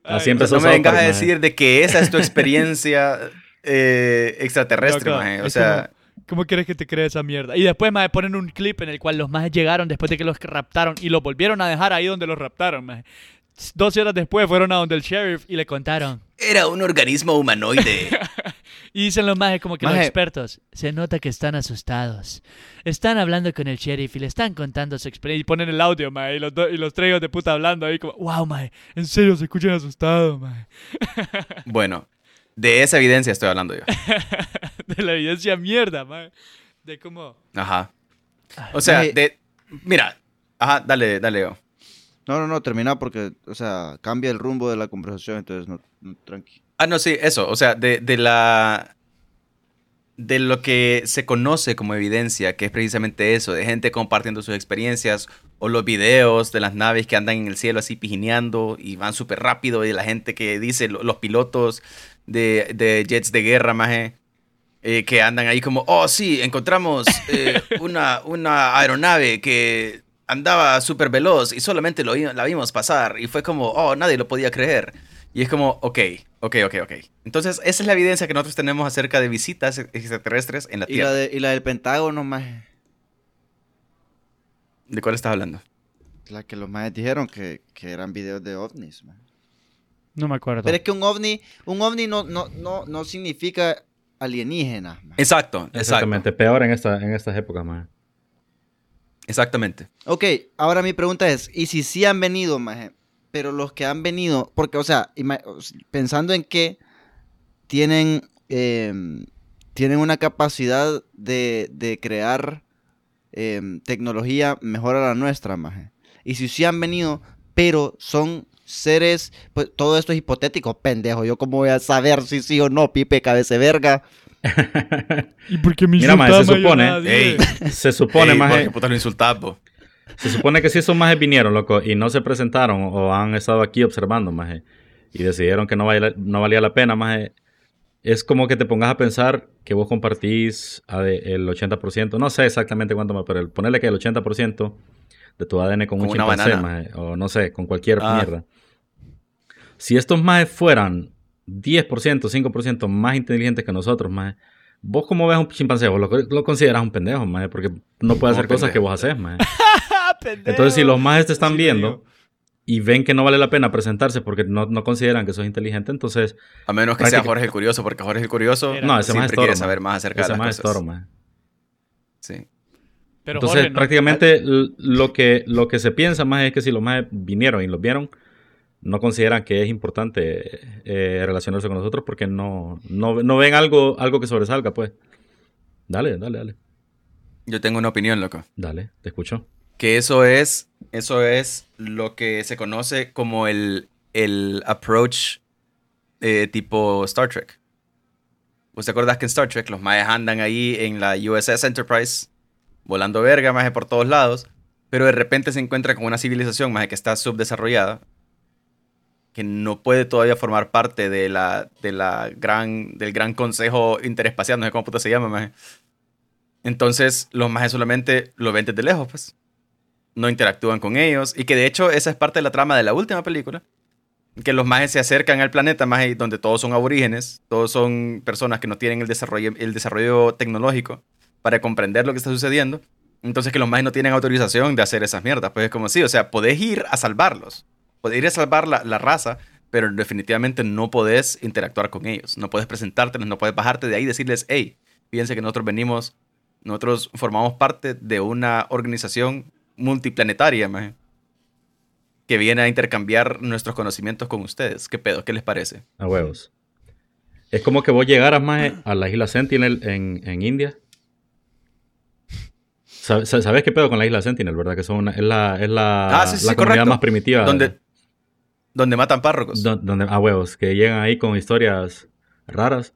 A: Así
D: Ay,
A: empezó
B: No me
A: South
B: vengas a
A: Park, maje.
B: decir de que esa es tu experiencia eh, extraterrestre,
D: Loco,
B: maje. O
D: es
B: sea,
D: como, ¿Cómo quieres que te cree esa mierda? Y después, maje, ponen un clip en el cual los majes llegaron después de que los raptaron y los volvieron a dejar ahí donde los raptaron, maje. Dos horas después fueron a donde el sheriff y le contaron.
B: era un organismo humanoide.
D: Y dicen los majes como que los
C: Maje.
D: expertos. Se nota que están asustados. Están hablando con el sheriff y le están contando su experiencia. Y ponen el audio, maje. Y los, do- y los tres hijos de puta hablando ahí como, wow, maje. En serio, se escuchan asustados, maje.
B: Bueno, de esa evidencia estoy hablando yo.
D: De la evidencia mierda, maje. De cómo...
B: Ajá. O sea,
C: Ay.
B: de. Mira. Ajá, dale, dale, yo.
C: No, no, no, termina porque, o sea, cambia el rumbo de la conversación, entonces no, no, tranqui.
B: Ah, no, sí, eso. O sea, de, de la. De lo que se conoce como evidencia, que es precisamente eso, de gente compartiendo sus experiencias, o los videos de las naves que andan en el cielo así pijineando y van súper rápido, y la gente que dice, lo- los pilotos de, de jets de guerra, maje, eh, que andan ahí como, oh, sí, encontramos eh, una, una aeronave que andaba súper veloz y solamente lo, vi- la vimos pasar, y fue como, oh, nadie lo podía creer. Y es como, ok, ok, ok, ok. Entonces, esa es la evidencia que nosotros tenemos acerca de visitas extraterrestres en la
C: Y la,
B: Tierra.
C: de, y la del Pentágono, maje,
B: ¿De cuál estás hablando?
C: la que los majes dijeron que, que eran videos de ovnis, maje.
D: No me acuerdo.
C: Pero es que un ovni, un ovni no, no, no, no significa alienígena, maje.
B: Exacto,
A: Exactamente,
B: exactamente.
A: peor en, esta, en estas épocas, maje.
B: Exactamente.
C: Ok, ahora mi pregunta es, ¿y si sí han venido, maje? Pero los que han venido, porque, o sea, ima- o s- pensando en que tienen, eh, tienen una capacidad de, de crear eh, tecnología mejor a la nuestra, maje. Y si sí han venido, pero son seres, pues todo esto es hipotético, pendejo. Yo cómo voy a saber si sí o no, pipe cabeza de verga.
D: ¿Y por qué me
A: Mira, maje,
D: insultaba
A: se
D: yo
A: supone-
D: nada, dile?
B: Ey.
A: Se supone,
B: Ey,
A: maje,
B: Jorge, puta, lo insultás, vos.
A: se supone que si esos majes vinieron, loco, y no se presentaron o han estado aquí observando, maje, y decidieron que no, valía- no valía la pena, maje, es como que te pongas a pensar que vos compartís a de- el 80%, no sé exactamente cuánto, maje, pero el- ponerle que el 80% de tu ADN con,
B: Con
A: un
B: una
A: chimpancé,
B: banana.
A: maje, o no sé, con cualquier
B: Ah.
A: mierda. Si estos majes fueran 10%, 5% más inteligentes que nosotros, maje, vos como ves a un chimpancé, vos lo, lo consideras un pendejo, maje, porque no puede
B: Como
A: hacer cosas que
B: pendejo.
A: vos haces, maje.
D: Ah, pendejo.
A: Entonces, si los majes te están
D: Sí, lo
A: viendo
D: digo.
A: y ven que no vale la pena presentarse porque no, no consideran que sos inteligente, entonces
B: A menos que
A: Práctica-
B: sea Jorge el Curioso, porque Jorge el Curioso
D: Era- No,
A: ese maje es
B: siempre
A: toro,
B: quiere
A: man.
B: saber más acerca de
A: ese
B: las
A: más es
B: cosas.
A: toro, maje.
B: Sí.
D: Pero
A: entonces,
D: Jorge, no-
A: prácticamente l- lo que, lo que se piensa más es que si los majes vinieron y los vieron, no consideran que es importante eh, relacionarse con nosotros porque no, no, no ven algo, algo que sobresalga, pues. Dale, dale, dale.
B: Yo tengo una opinión, loco.
A: Dale, te escucho.
B: Que eso es, eso es lo que se conoce como el, el approach eh, tipo Star Trek. ¿Vos te acordás que en Star Trek los maes andan ahí en la USS Enterprise volando verga, maje, por todos lados? Pero de repente se encuentra con una civilización, maje, que está subdesarrollada, que no puede todavía formar parte de la, de la gran, del gran consejo interespacial, no sé cómo puta se llama, maje. Entonces los majes solamente lo ven desde lejos, pues. No interactúan con ellos. Y que de hecho esa es parte de la trama de la última película. Que los majes se acercan al planeta maje, donde todos son aborígenes, todos son personas que no tienen el desarrollo, el desarrollo tecnológico para comprender lo que está sucediendo. Entonces que los majes no tienen autorización de hacer esas mierdas. Pues es como sí, o sea, podés ir a salvarlos. Podés ir a salvar la, la raza, pero definitivamente no podés interactuar con ellos. No podés presentártelos, no podés bajarte de ahí y decirles, hey, fíjense que nosotros venimos nosotros formamos parte de una organización multiplanetaria, maje, que viene a intercambiar nuestros conocimientos con ustedes. ¿Qué pedo? ¿Qué les parece?
A: A huevos. Es como que vos llegaras más a la isla Sentinel en, en India. Sa- sa- ¿Sabes qué pedo con la isla Sentinel, verdad? Que son una- es la, es la,
B: Ah, sí, sí,
A: la
B: sí,
A: comunidad
B: correcto.
A: más primitiva.
B: Donde, donde matan párrocos.
A: don- donde- a huevos, que llegan ahí con historias raras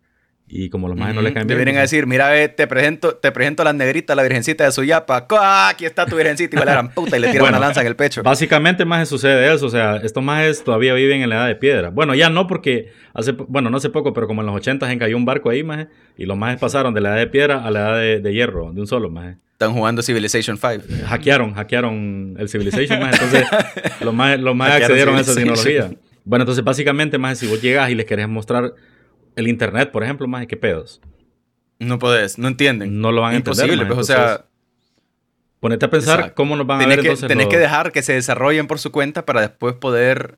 A: y como los más no les
B: Ujú.
A: caen
B: Te
A: bien.
B: vienen a decir, mira, ve, te presento, te presento a la negrita, la virgencita de Suyapa. ¡Ah, Aquí está tu virgencita, y la gran puta, y le tiran
A: Bueno,
B: una lanza en el pecho.
A: Básicamente más sucede eso, o sea, estos majes todavía viven en la edad de piedra. Bueno, ya no porque hace po- bueno, no hace poco, pero como en los 80 encalló un barco ahí, maje, y los majes pasaron de la edad de piedra a la edad de, de hierro, de un solo, maje.
B: Están jugando Civilization 5.
A: hackearon, hackearon el Civilization, más entonces los más, los más
B: Hackearon
A: accedieron a esa
B: Civilization.
A: tecnología. Bueno, entonces básicamente, más si vos llegas y les querés mostrar el internet, por ejemplo, más qué pedos.
B: No podés, no entienden.
A: No lo van a entender.
B: Imposible,
A: maje,
B: pues, o
A: entonces,
B: sea,
A: ponete a pensar
B: Exacto.
A: cómo nos van a
B: tenés,
A: ver
B: que,
A: entonces
B: tenés
A: los-
B: que dejar que se desarrollen por su cuenta para después poder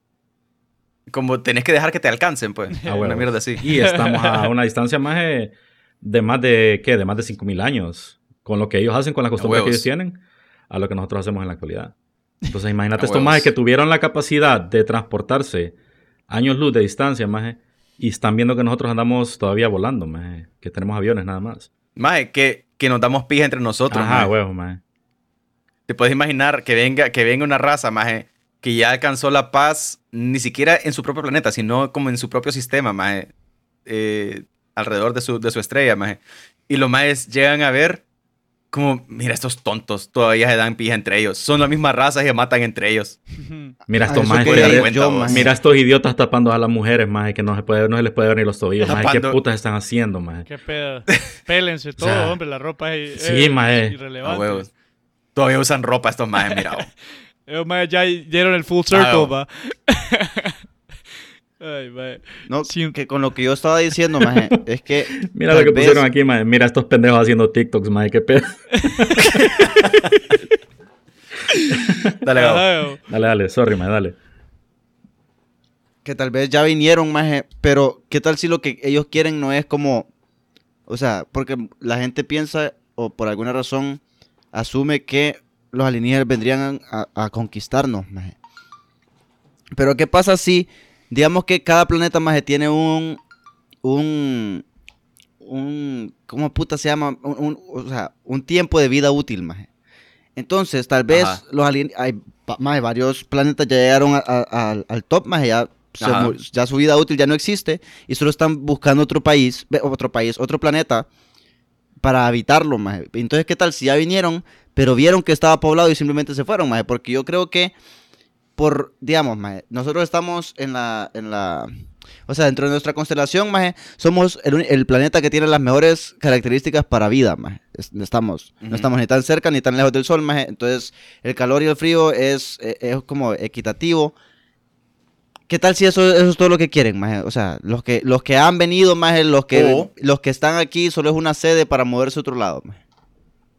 B: Como tenés que dejar que te alcancen, pues.
A: Ah,
B: Una
A: huevo.
B: mierda así.
A: Y estamos a una distancia más de, de más de, ¿qué? De más de 5.000 años. Con lo que ellos hacen, con las costumbres que
B: huevos.
A: ellos tienen, a lo que nosotros hacemos en la actualidad. Entonces
B: A
A: imagínate estos
B: huevos.
A: majes que tuvieron la capacidad de transportarse años luz de distancia, maje, y están viendo que nosotros andamos todavía volando, maje, que tenemos aviones nada más.
B: Mae, que, que nos damos pija entre nosotros.
A: Ajá,
B: mae.
A: huevo, maje.
B: Te puedes imaginar que venga, que venga una raza, maje, que ya alcanzó la paz ni siquiera en su propio planeta, sino como en su propio sistema, maje, eh, alrededor de su, de su estrella, maje. Y los majes llegan a ver como, mira, estos tontos todavía se dan pija entre ellos. Son la misma raza y se matan entre ellos.
A: Mira
C: Ah,
A: estos
C: eso
A: majes
C: quería
A: que
B: dar
A: arre-
B: cuenta, vos.
C: maje.
A: Mira estos idiotas tapando a las mujeres, maje, que no se, puede, no se les puede ver ni los tobillos, maje. ¿Qué
B: Tapando-
A: putas están haciendo, maje?
D: Qué pedo. Pélense todo,
A: sea,
D: hombre. La ropa es,
A: sí,
D: es
A: mae.
B: A
D: irrelevante.
B: huevos. Todavía usan ropa estos majes, mira. oh. vos.
D: Ellos, mae, Eh, ya dieron el full circle,
B: Ah,
D: va. Ay, mae.
C: No,
D: Sí.
C: que con lo que yo estaba diciendo, maje, es que.
A: Mira lo
C: tal
A: que
C: vez-
A: pusieron aquí, maje. Mira estos pendejos haciendo TikToks, maje. ¿Qué pedo?
B: Dale, Gabo.
D: Ajá, huevo.
A: Dale, dale, sorry, maje, dale.
C: que tal vez ya vinieron, maje, pero ¿qué tal si lo que ellos quieren no es como, o sea, porque la gente piensa o por alguna razón asume que los alienígenas vendrían a, a conquistarnos, maje. Pero ¿qué pasa si, digamos que cada planeta, maje, tiene un, un, un, ¿cómo puta se llama? Un, un- o sea, un tiempo de vida útil, maje. Entonces, tal vez
B: Ajá.
C: los alien- hay pa- maje, varios planetas ya llegaron a- a- al- al top, maje, ya, se
B: Ajá.
C: mu- ya su vida útil ya no existe y solo están buscando otro país, ve, otro país, otro planeta para habitarlo, maje. Entonces, ¿qué tal si ya vinieron, pero vieron que estaba poblado y simplemente se fueron, maje? Porque yo creo que por, digamos, maje, nosotros estamos en la, en la, o sea, dentro de nuestra constelación, maje, somos el, uni- el planeta que tiene las mejores características para vida, maje. Es- Estamos,
B: Ujú.
C: no estamos ni tan cerca ni tan lejos del sol, maje. Entonces, el calor y el frío es, eh, es como equitativo. ¿Qué tal si eso, eso es todo lo que quieren, maje? O sea, los que, los que han venido, maje, los que,
B: O-
C: los que están aquí solo es una sede para moverse a otro lado, maje.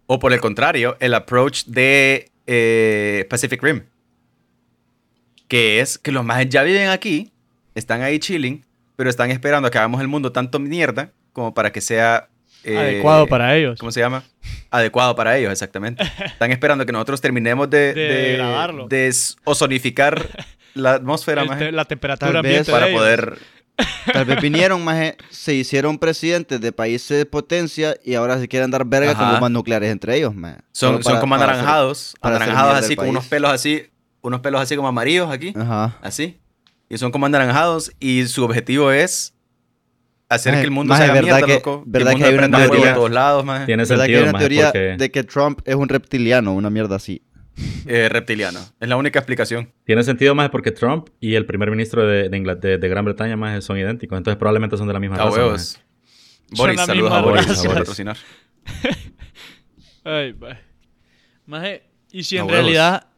B: O por el contrario, el approach de eh, Pacific Rim. Que es que los más ya viven aquí, están ahí chilling, pero están esperando a que hagamos el mundo tanto mierda como para que sea... eh,
D: Adecuado para ellos.
B: ¿Cómo se llama? Adecuado para ellos, exactamente. Están esperando que nosotros terminemos de...
D: De grabarlo.
B: de s- ozonificar la atmósfera,
D: El
B: maje,
D: te- Este, la temperatura
C: Tal vez
D: ambiente
B: para
D: de ellos.
B: poder...
C: Tal vez vinieron, maje, se hicieron presidentes de países de potencia y ahora se quieren dar verga
B: Ajá.
C: con bombas nucleares entre ellos, maje.
B: Son,
C: Solo
B: son
C: para-
B: como
C: para hacer-
B: anaranjados,
C: para hacer
B: anaranjados
C: mierda el
B: así, con
C: país.
B: unos pelos así, unos pelos así como amarillos aquí.
C: Ajá.
B: Así. Y son como anaranjados y su objetivo es hacer
C: Maje,
B: que el mundo
C: maje,
B: sea
C: verdad
B: mierda,
C: que-
B: loco. Que
C: verdad
B: el mundo
C: que hay una
B: aprenda fuego
A: teoría-
B: de todos lados, maje.
A: Tiene
C: Ah, ¿Verdad que
A: sentido,
C: hay una
A: maje,
C: teoría
A: porque
C: de que Trump es un reptiliano, una mierda así?
B: Eh, reptiliano. Es la única explicación.
A: tiene sentido más porque Trump y el primer ministro de, de Ingla- de- de Gran Bretaña más son idénticos, entonces probablemente son de la misma
B: A
A: raza. maje.
B: Ah, huevos. Boris,
D: Son la
B: saludos
D: misma
B: a Boris.
A: raza.
B: por patrocinar.
D: Ay, mae. Maje, y si
B: A
D: en
B: huevos.
D: realidad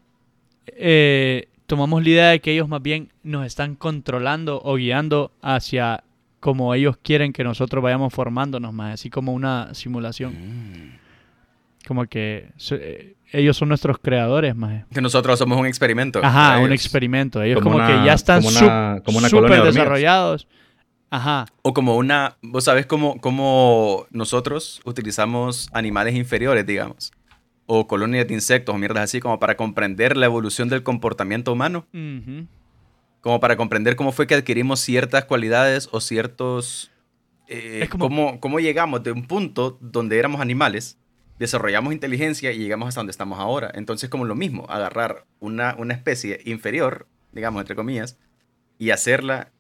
D: eh, tomamos la idea de que ellos más bien nos están controlando o guiando hacia como ellos quieren que nosotros vayamos formándonos más, así como una simulación. Como que se- eh, ellos son nuestros creadores más.
B: Que nosotros somos un experimento.
D: Ajá,
B: para
D: un
B: ellos.
D: experimento. Ellos como,
A: Como
D: que
A: una-
D: ya están
A: como
D: súper
A: una- como una colonia de hormigas.
D: desarrollados. Ajá.
B: O como una. Vos sabés cómo, cómo nosotros utilizamos animales inferiores, digamos. O colonias de insectos o mierdas así, como para comprender la evolución del comportamiento humano.
D: Ujú.
B: como para comprender cómo fue que adquirimos ciertas cualidades o ciertos... eh,
D: Es como-
B: cómo, cómo llegamos de un punto donde éramos animales, desarrollamos inteligencia y llegamos hasta donde estamos ahora. Entonces, como lo mismo, agarrar una, una especie inferior, digamos, entre comillas, y hacerla,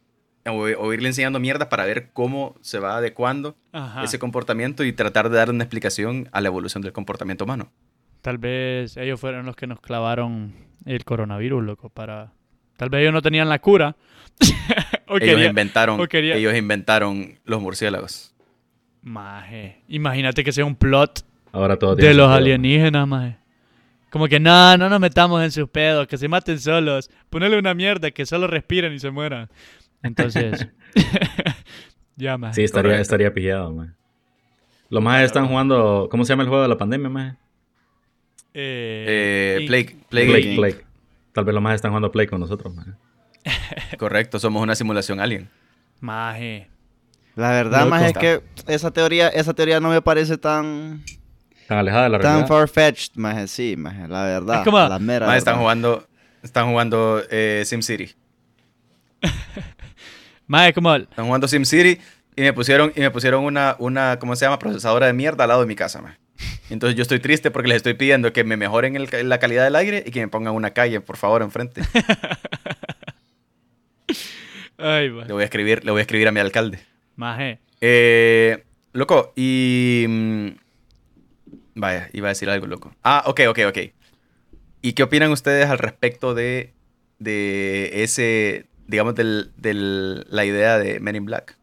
B: o, o irle enseñando mierda para ver cómo se va adecuando
D: Ajá.
B: ese comportamiento y tratar de dar una explicación a la evolución del comportamiento humano.
D: Tal vez ellos fueron los que nos clavaron el coronavirus, loco, para... Tal vez ellos no tenían la cura. o
B: Ellos,
D: querían-
B: inventaron,
D: o quería-
B: ellos inventaron los murciélagos.
D: Maje, imagínate que sea un plot
A: Ahora todo tiene
D: de los
A: sentido,
D: alienígenas, maje. Como que no, no nos metamos en sus pedos, que se maten solos. Ponele una mierda, que solo respiren y se mueran. Entonces,
A: maje.
D: ya, maje.
A: Sí, estaría,
B: Correcto.
A: estaría pillado, maje. Los más están jugando, ¿cómo se llama el juego de la pandemia, maje?
D: Eh,
B: Eh,
D: y-
B: Plague, Plague
D: Eh,
A: Plague,
B: Inc.
A: Plague. Tal vez los más están jugando Play con nosotros, maje.
B: Correcto, somos una simulación alien.
D: Maje.
C: La verdad,
B: Loco.
C: más es que esa teoría, esa teoría no me parece tan,
A: Tan alejada de la
C: tan
A: realidad.
C: far-fetched, maje, sí, maje, la verdad.
D: Es como-
C: la mera
B: Más están
C: verdad.
B: jugando, están jugando eh, SimCity.
D: Maje, como el-
B: Están jugando SimCity y me pusieron, y me pusieron una, una, ¿cómo se llama? Procesadora de mierda al lado de mi casa, man. Entonces yo estoy triste porque les estoy pidiendo que me mejoren el ca- la calidad del aire y que me pongan una calle, por favor, enfrente.
D: Ay,
B: Le
D: maje.
B: voy a escribir, le voy a escribir a mi alcalde.
D: Maje.
B: Eh, loco, y... mm, Vaya, iba a decir algo, loco. Ah, ok, ok, ok. ¿Y qué opinan ustedes al respecto de, de ese, digamos, del, del- la idea de Men in Black?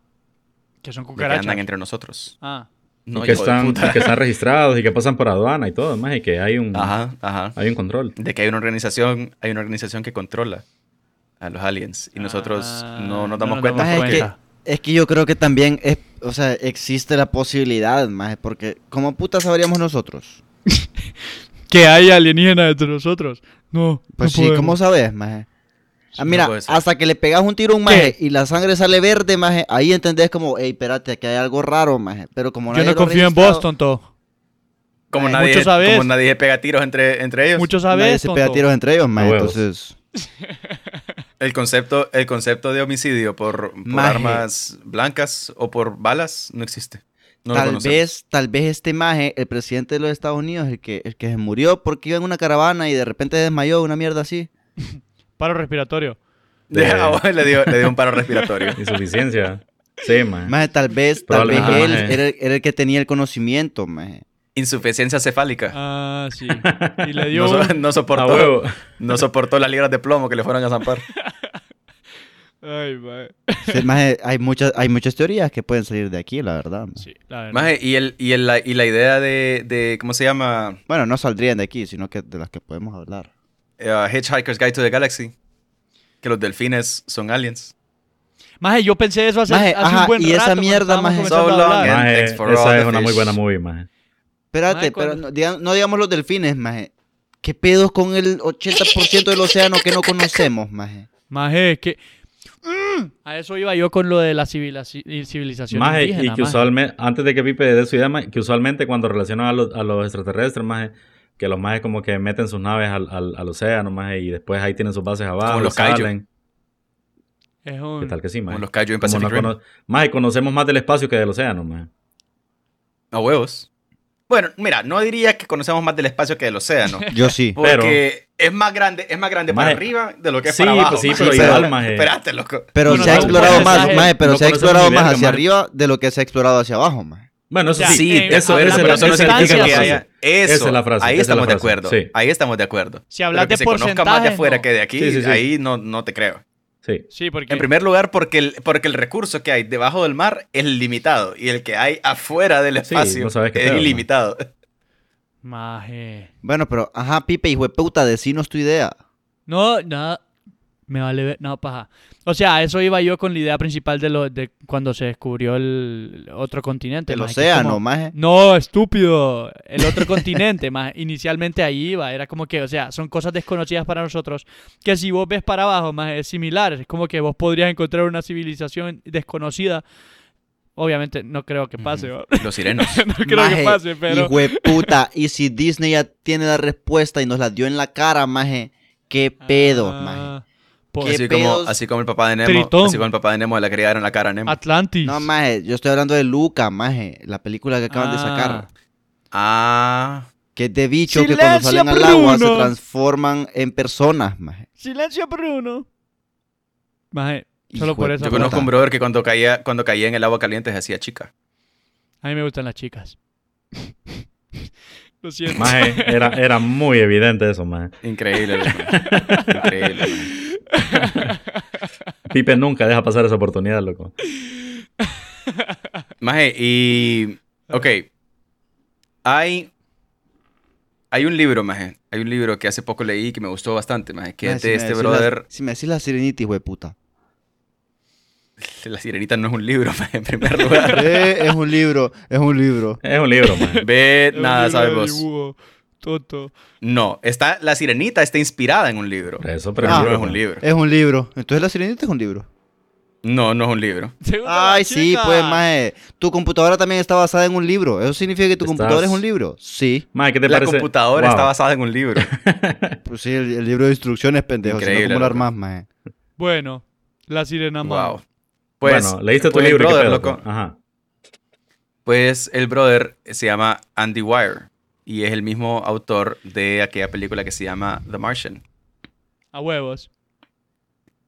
D: Que son
B: De que
D: cucarachas.
B: andan entre nosotros.
D: Ah.
A: Y que,
B: hijo de
A: están,
B: puta.
A: y que están registrados y que pasan por aduana y todo, más y que hay un,
B: Ajá, ajá.
A: hay un control.
B: De que hay una organización, hay una organización que controla a los aliens y nosotros
D: Ah,
B: no nos
D: no
B: damos
D: nos
B: cuenta.
D: damos
C: Maje, es que-
D: cuenta.
C: Es que yo creo que también, es, o sea, existe la posibilidad, maje, porque ¿cómo puta sabríamos nosotros?
D: Que hay alienígenas entre nosotros. No.
C: Pues
D: no
C: sí,
D: podemos.
C: ¿cómo sabes, maje?
B: no
C: Ah, mira,
B: puede ser.
C: hasta que le pegas un tiro a un maje y la sangre sale verde, maje, ahí entendés como, hey, espérate, aquí hay algo raro, maje. Pero como
D: Yo
C: nadie
D: no
C: lo ha
D: confío en
C: registrado,
D: Boston, todo.
B: Como
C: Ay,
B: nadie,
D: mucho sabes.
B: como nadie pega tiros entre, entre ellos.
D: Mucho
C: Nadie
D: sabes,
C: se pega
D: tonto.
C: tiros entre ellos, maje,
A: huevos.
C: entonces...
B: El concepto, el concepto de homicidio por, por
C: Maje.
B: armas blancas o por balas no existe. No lo
C: tal
B: conocemos.
C: vez, tal vez este maje, el presidente de los Estados Unidos, el que, el que se murió porque iba en una caravana y de repente desmayó, una mierda así.
D: Paro respiratorio.
B: De-
A: de-
B: ah, le, dio, le dio un paro respiratorio.
A: Insuficiencia. Sí, más.
C: Maje, tal vez, tal vez él
A: Probablemente, maje.
C: era, el- era el que tenía el conocimiento, maje.
B: Insuficiencia cefálica.
D: Ah, sí. Y le dio
B: No, so-
D: un...
B: no
A: A
B: soportó,
A: huevo.
B: no soportó las libras de plomo que le fueron a zampar.
D: Ay, maje.
C: Sí, maje, hay, muchas, hay muchas teorías que pueden salir de aquí, la verdad. maje.
D: Sí, la verdad.
B: Maje, y, el, y, el- la, y la idea de, de, ¿cómo se llama?
C: Bueno, no saldrían de aquí, sino que de las que podemos hablar.
B: Eh, Hitchhiker's Guide to the Galaxy. Que los delfines son aliens.
D: Maje, yo pensé eso hace,
C: Maje,
D: hace
C: ajá,
D: un buen
C: y esa
D: rato cuando
C: mierda,
D: estábamos
C: maje.
D: comenzando
B: So
D: a hablar.
B: long, eh.
A: Maje,
B: Thanks for all
A: esa es
B: the
A: una muy
B: fish.
A: buena movie, maje.
C: Espérate,
D: Maje,
C: pero
D: cuando-
C: no, digan- no digamos los delfines, maje. ¿Qué pedos con el 80% del océano que no conocemos, maje?
D: Maje, es que... Mm, A eso iba yo con lo de la civilizaci- civilización
A: Maje,
D: indígena,
A: y que
D: maje.
A: usualmente, antes de que Pipe dé su idea, maje, que usualmente cuando relacionan a los, a los extraterrestres, maje, que los majes como que meten sus naves al, al, al océano, maje, y después ahí tienen sus bases abajo.
B: Como los
A: salen.
B: kaiju.
D: Es
A: ¿Qué
D: un...
A: tal que sí, maje?
B: Como los Kaiju en
A: Como
B: Pacific
A: no
B: Rim.
A: cono- maje, conocemos más del espacio que del océano, maje.
B: A huevos. Bueno, mira, no diría que conocemos más del espacio que del océano.
C: Yo sí.
B: Porque es más grande, es más grande para
A: Maje,
B: arriba de lo que es
A: sí,
B: para abajo.
A: pues sí,
B: maje.
A: pero
C: Sí, pero-
A: igual, maje.
B: Espérate, loco.
C: Pero
D: Bueno,
C: se ha
D: no,
C: explorado
D: pues,
C: más,
D: maje,
C: maje, pero
A: no
C: se ha
A: conocemos
C: explorado
A: ni
C: más
A: verga,
C: hacia
A: maje.
C: arriba de lo que se ha explorado hacia abajo, maje.
A: Bueno, eso
D: Ya,
A: sí,
D: eh,
A: eso,
D: eh,
A: esa es
B: pero
A: la,
B: eso no
A: esa es la
B: significa que
A: frase.
D: distancia.
B: haya. Eso,
A: Esa es la frase,
B: Ahí
A: esa es
B: estamos
A: la
B: de
A: frase,
B: acuerdo.
A: sí.
B: Ahí estamos de acuerdo.
D: Si hablas
B: Pero que
D: de
B: se conozca más de
D: porcentajes,
B: afuera
D: no.
B: que de aquí,
A: Sí, sí, sí.
B: ahí no, no te creo.
A: Sí.
D: Sí, porque...
B: En primer lugar, porque el, porque el recurso que hay debajo del mar es limitado y el que hay afuera del
A: Sí,
B: espacio
A: no sabes qué
B: es
A: pedo, ¿no?
B: ilimitado.
D: Maje.
C: Bueno, pero, ajá, Pipe, hijo de puta, decinos tu idea.
D: No, nada. Me vale ver, no, paja. O sea, a eso iba yo con la idea principal de lo de cuando se descubrió el otro continente.
C: Del
D: maje, que es
C: océano,
D: como-
C: maje.
D: No, estúpido. El otro continente, más inicialmente ahí iba. Era como que, o sea, son cosas desconocidas para nosotros. Que si vos ves para abajo, más es similar. Es como que vos podrías encontrar una civilización desconocida. Obviamente, no creo que pase. ¿va?
B: Los sirenos.
D: No creo que pase, pero.
C: Hijo de puta, y si Disney ya tiene la respuesta y nos la dio en la cara, maje, qué pedo, maje.
D: Ah, po-
C: ¿Qué
B: Así como,
C: pedos?
B: así como el papá de Nemo.
D: Tritón.
B: Así como el papá de Nemo le crearon la cara a Nemo.
D: Atlantis.
C: No, maje, yo estoy hablando de Luca, maje, la película que acaban de
D: Ah.
C: sacar.
B: Ah.
C: Que es de bichos que cuando
D: Silencio,
C: salen al agua se
D: Bruno.
C: transforman en personas, maje.
D: Silencio, Bruno. Maje,
C: Hijo
D: solo por
C: de
D: eso.
B: Yo
C: puta.
B: conozco un brother que cuando caía, cuando caía en el agua caliente se hacía chica.
D: A mí me gustan las chicas. Lo siento.
A: Maje, era, era muy evidente eso, maje.
B: Increíble. loco. Increíble. man.
A: Pipe nunca deja pasar esa oportunidad, loco.
B: Maje, y... Ok. Hay... Hay un libro, Maje. Hay un libro que hace poco leí que me gustó bastante, Maje. Que
C: Maje,
B: es
C: si
B: de
C: me
B: este
C: decís la-
B: brother...
C: si me decís la sirenita, hijo de puta.
B: La Sirenita no es un libro, Maje, en primer lugar.
C: Eh, es un libro, es un libro.
A: Es un libro, maje.
B: Ve,
D: Es un
B: nada
D: libro de
B: sabes vos.
D: dibujo. tonto.
B: No, está, la sirenita está inspirada en un libro.
A: Por Eso, pero
B: Pero el
C: Ah.
B: libro no es un libro.
C: Es un libro. Entonces la sirenita es un libro.
B: No, no es un libro.
D: Segunda la
C: Ay, sí,
D: chica.
C: pues, maje. Tu computadora también está basada en un libro. ¿Eso significa que tu
A: Estás-
C: computadora es un libro? Sí.
A: Mae, ¿qué te
B: La
A: parece?
B: computadora
A: Wow.
B: está basada en un libro.
C: Pues sí, el, el libro de instrucciones, pendejo.
B: Increíble,
C: Increíble. ¿Cómo lo
B: loco.
C: armás, maje?
D: Bueno, la sirena más.
B: wow. Pues,
A: bueno, leíste tu
B: pues el
A: libro, ¿qué
B: brother,
A: pedo,
B: loco.
A: pues? Ajá.
B: Pues el brother se llama Andy Weir y es el mismo autor de aquella película que se llama The Martian.
D: A huevos.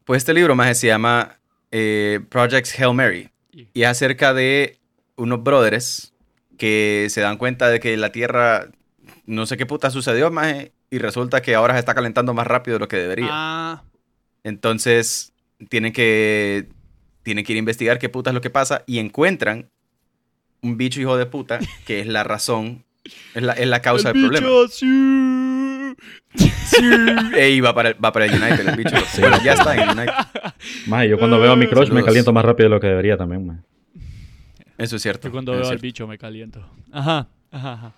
B: Pues este libro más se llama eh, Projects Hail Mary y es acerca de unos brothers que se dan cuenta de que la Tierra no sé qué puta sucedió más y resulta que ahora se está calentando más rápido de lo que debería.
D: Ah,
B: Entonces, tienen que, tienen que ir a investigar qué puta es lo que pasa y encuentran un bicho hijo de puta que es la razón, es la, es la causa
D: el
B: del problema.
D: bicho sí.
B: Ey, va para, el- va para el United, el bicho.
A: Sí.
B: Bueno, ya está en el United.
A: Mae, yo cuando veo a mi crush me
B: Saludos.
A: caliento más rápido de lo que debería también, mae.
B: Eso es cierto.
D: Yo cuando
B: eso
D: veo
B: es
D: al
B: cierto.
D: bicho me caliento. Ajá, ajá, ajá.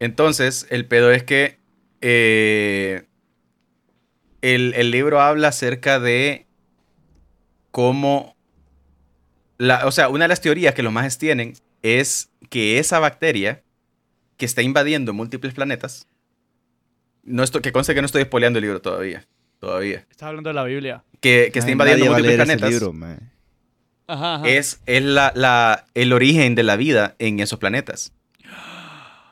B: Entonces, el pedo es que eh, el, el libro habla acerca de cómo... La, o sea, una de las teorías que los mages tienen es que esa bacteria que está invadiendo múltiples planetas... No estoy, que conste que no estoy spoileando el libro todavía. Todavía.
D: Estás hablando de la Biblia.
B: Que, que está
C: Ay,
B: invadiendo
C: nadie va a
B: múltiples
C: leer ese
B: planetas.
C: libro, maje.
D: Ajá, ajá.
B: es, es la, la- el origen de la vida en esos planetas.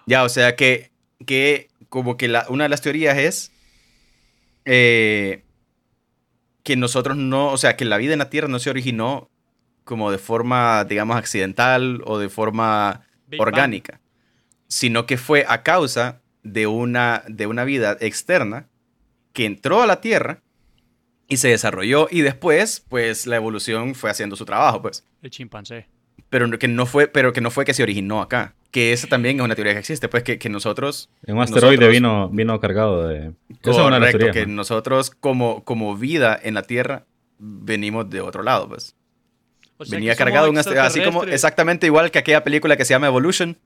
B: Ya, o sea que, que como que la- una de las teorías es eh, que nosotros no, o sea, que la vida en la Tierra no se originó como de forma, digamos, accidental o de forma
D: Big Bang.
B: orgánica, sino que fue a causa de una, de una vida externa que entró a la Tierra y se desarrolló y después, pues, la evolución fue haciendo su trabajo, pues.
D: El chimpancé.
B: Pero no- que no fue, pero que no fue que se originó acá. Que esa también es una teoría que existe, pues, que, que nosotros...
A: Un asteroide
B: Nosotros-
A: vino, vino cargado de. Esa es una de las
B: Correcto,
A: teorías,
B: que
A: mae.
B: nosotros como, como vida en la Tierra venimos de otro lado, pues.
D: O sea
B: Venía
D: que somos
B: cargado un asteroide, así como
D: extraterrestres.
B: exactamente igual que aquella película que se llama Evolution.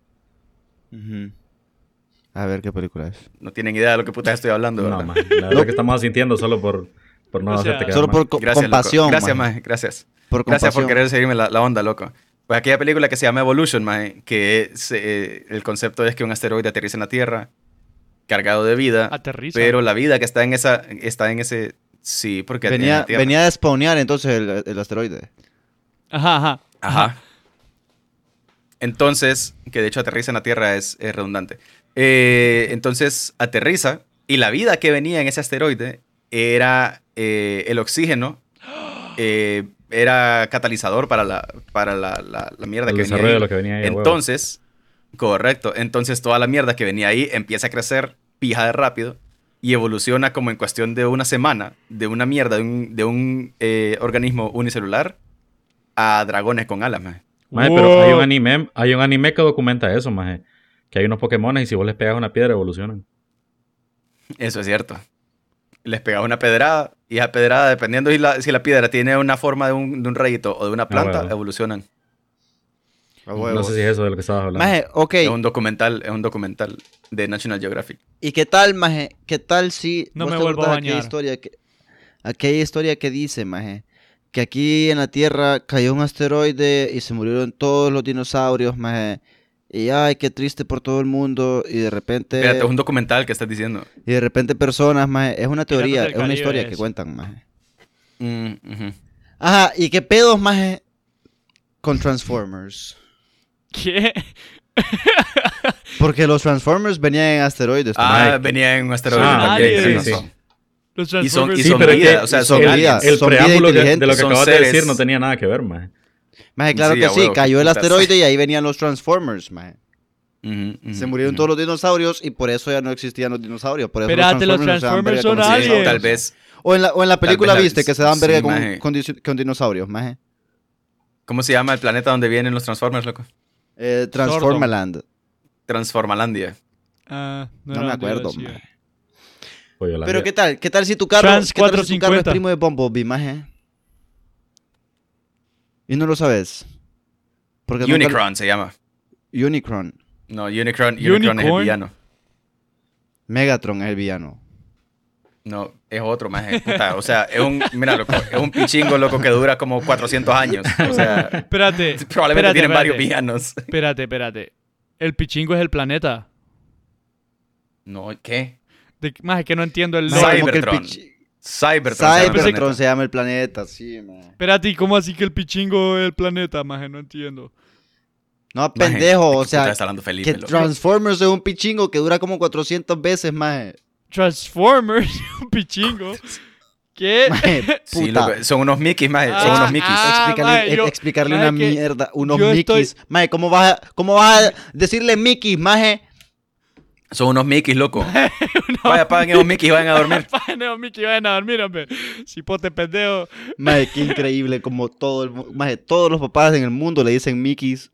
C: A ver qué película es.
B: No tienen idea de lo que putas estoy hablando, ¿verdad?
A: No, mae, La verdad que estamos sintiendo solo por, por no
D: O sea,
A: hacerte quedar
C: Solo
A: mal.
C: por co-
B: Gracias, loco.
C: compasión.
B: Gracias,
C: maje.
B: maje, Gracias.
C: Por
B: Gracias por
C: compasión.
B: querer seguirme la, la onda, loco. Pues aquella película que se llama Evolution, maje, que se- eh, el concepto es que un asteroide aterriza en la Tierra cargado de vida,
D: Aterriza.
B: pero la vida que está en esa está en ese sí, porque en
C: Venía,
B: la Tierra.
C: venía a spawnear entonces el, el asteroide.
D: Ajá, ajá.
B: Ajá. Entonces, que de hecho aterriza en la Tierra es, es redundante. Eh, entonces aterriza y la vida que venía en ese asteroide era eh, el oxígeno, eh, era catalizador para la, para la, la- la mierda
A: El
B: que venía.
A: desarrollo
B: ahí.
A: de lo que venía ahí, a huevo.
B: Entonces, correcto, entonces toda la mierda que venía ahí empieza a crecer pija de rápido y evoluciona como en cuestión de una semana, de una mierda, de un, de un eh, organismo unicelular a dragones con alas, maje.
A: Mae, pero hay
D: Wow.
A: un anime, hay un anime que documenta eso, maje. Que hay unos Pokémones y si vos les pegas una piedra evolucionan.
B: Eso es cierto. Les pegaba una pedrada y esa pedrada, dependiendo si la, si la piedra tiene una forma de un, de un rayito o de una planta,
A: bueno.
B: evolucionan.
A: No sé si es eso de lo que estabas hablando.
C: Maje, ok.
B: Es un documental, es un documental de National Geographic.
C: ¿Y qué tal, maje? ¿Qué tal si...
D: No
C: vos
D: me
C: te
D: vuelvo
C: acordás
D: a
C: aquella
D: bañar.
C: historia que, aquella historia que dice, maje, que aquí en la Tierra cayó un asteroide y se murieron todos los dinosaurios, maje. Y ay, qué triste por todo el mundo. Y de repente...
B: Espérate, es un documental que estás diciendo.
C: Y de repente personas, maje. Es una
D: Piratas
C: teoría,
D: del
C: es una
D: Caribe
C: historia
D: es.
C: que cuentan, maje.
B: Mm, ujú.
C: Ajá, ¿y qué pedos, maje? Con Transformers.
D: ¿Qué?
C: Porque los Transformers venían en asteroides.
B: Ah,
A: Mike.
B: venía en un asteroide.
A: Ah,
B: ok,
D: sí,
B: tienes
A: sí.
B: razón.
D: Los
B: Y son, y
D: Transformers.
A: Sí,
B: son
A: pero es
B: vida,
A: que
B: o sea,
C: son
B: son
C: vida.
B: aliens.
A: El
C: son vida
A: preámbulo que- de lo
C: inteligentes.
A: que
B: Son
A: acabas de
B: seres.
A: decir no tenía nada que ver, maje.
C: Maje, claro
B: Sí,
C: que
B: a
C: sí,
B: huevo,
C: cayó el
B: putas.
C: asteroide y ahí venían los Transformers, maje.
B: Ujú, ujú,
C: Se murieron
B: ujú.
C: todos los dinosaurios y por eso ya no existían los dinosaurios. Por eso
D: Espérate, los
C: no se dan verga
D: Transformers
C: con
D: son
C: los
B: Sí,
D: aliens.
B: tal
C: dinosaurios.
B: vez.
C: O en la, o en la película
B: vez la-
C: viste que se dan
B: sí,
C: verga con,
B: maje.
C: con dis- con dinosaurios, maje.
B: ¿Cómo se llama el planeta donde vienen los Transformers, loco?
C: Eh, Transformaland.
B: Transformalandia.
D: Ah,
C: No,
D: era
C: me
D: donde
C: acuerdo,
D: iba a decir.
C: maje.
A: Pollo Pues la
C: Pero
A: vida.
C: ¿qué tal? ¿Qué tal si tu carro,
D: Trans
C: qué tal si tu carro es
D: 450.
C: primo de Bumblebee, maje? Y no lo sabes. Porque nunca-
B: Unicron se llama.
C: Unicron.
B: No, Unicron, Unicron es el
D: Unicorn.
B: villano.
C: Megatron es el villano.
B: No, es otro maje. puta, o sea, es un, mira, loco, es un pichingo loco que dura como 400 años. O sea,
D: Espérate.
B: probablemente
D: espérate,
B: tienen varios
D: espérate.
B: villanos.
D: Espérate, espérate. El pichingo es el planeta.
B: No, ¿qué?
D: De- más es que no entiendo el
B: No,
D: lore.
C: como que el
B: Cybertron.
C: pichi-
B: Cybertron. se llama el
C: Cybertron
B: planeta.
C: se llama el planeta, sí, man.
D: Espérate, ¿y cómo así que el pichingo es el planeta, maje? No entiendo.
C: No,
B: Maje,
C: pendejo,
B: ¿de
C: o
B: qué puta
C: sea,
B: está hablando Felipe,
C: que
B: loco?
C: Transformers es un pichingo que dura como 400 veces, maje.
D: Transformers, un pichingo. ¿Qué?
C: Maje, puta.
B: Sí, loco, son unos mickeys, maje. Son
D: Ah,
B: unos mickeys.
D: ah.
C: explicarle,
D: mae,
C: ex-
D: yo-
C: explicarle
D: mae,
C: una
D: que
C: mierda, unos
D: yo
C: Mickeys.
D: estoy-
C: Mae, ¿cómo vas, a, ¿cómo vas a decirle Mickeys, maje?
B: Son unos mickeys, loco. Vaya, paguen esos mickeys y vayan a dormir.
D: Página, Mickey, vayan a dormir, hombre. Cipote pendejo.
C: Mae, qué increíble como todo el mu- mae, todos los papás en el mundo le dicen Mickeys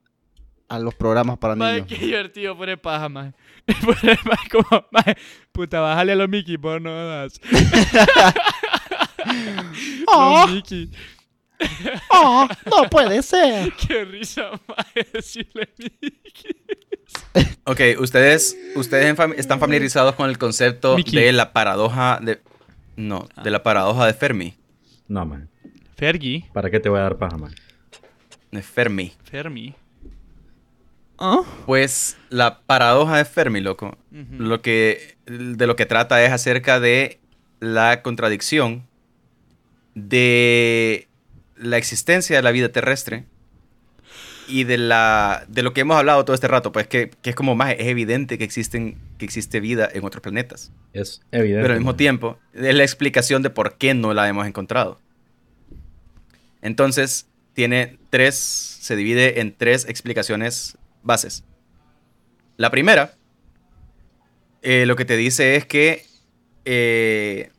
C: a los programas para
D: Madre,
C: niños.
D: qué divertido, pone paja, maje. Pone paja como, maje, puta, bájale a los Mickey, vos no das.
C: ¡Oh!
D: Los Mickey.
C: ¡Oh! ¡No puede ser!
D: Qué risa, maje, decirle Mickey.
B: Ok, ustedes, ustedes en fam- están familiarizados con el concepto
D: Mickey.
B: de la paradoja de. No, de la paradoja de Fermi.
A: No, man.
D: Fergie.
A: ¿Para qué te voy a dar paja, man?
B: De Fermi.
D: Fermi. ¿Ah?
B: Pues la paradoja de Fermi, loco.
D: Ujú.
B: Lo que. De lo que trata es acerca de la contradicción de la existencia de la vida terrestre y de la de lo que hemos hablado todo este rato pues que, que es como más es evidente que existen que existe vida en otros planetas
A: Es evidente.
B: Pero al mismo
A: man.
B: tiempo, es la explicación de por qué no la hemos encontrado. Entonces, tiene tres, se divide en tres explicaciones bases. La primera, eh, lo que te dice es que, eh,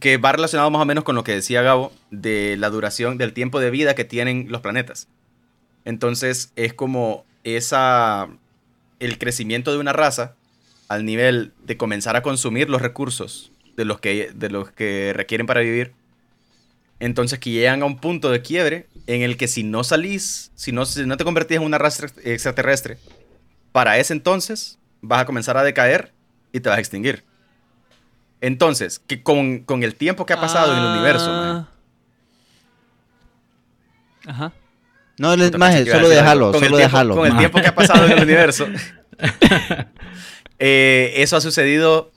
B: que va relacionado más o menos con lo que decía Gabo de la duración del tiempo de vida que tienen los planetas. Entonces, es como esa, el crecimiento de una raza al nivel de comenzar a consumir los recursos de los que, de los que requieren para vivir. Entonces que llegan a un punto de quiebre en el que si no salís, si no, si no te convertís en una raza ex- extraterrestre, para ese entonces vas a comenzar a decaer y te vas a extinguir. Entonces, que con, con el tiempo que ha pasado en el universo,
D: Ah.
B: man,
D: Ajá.
C: No, le-
B: Puta, pensé
C: maje,
B: que iba a
C: solo
B: decir
C: déjalo,
B: algo. Con el
C: solo
B: tiempo-
C: déjalo.
B: Con el
C: maje.
B: tiempo que ha pasado en el universo. eh, eso ha sucedido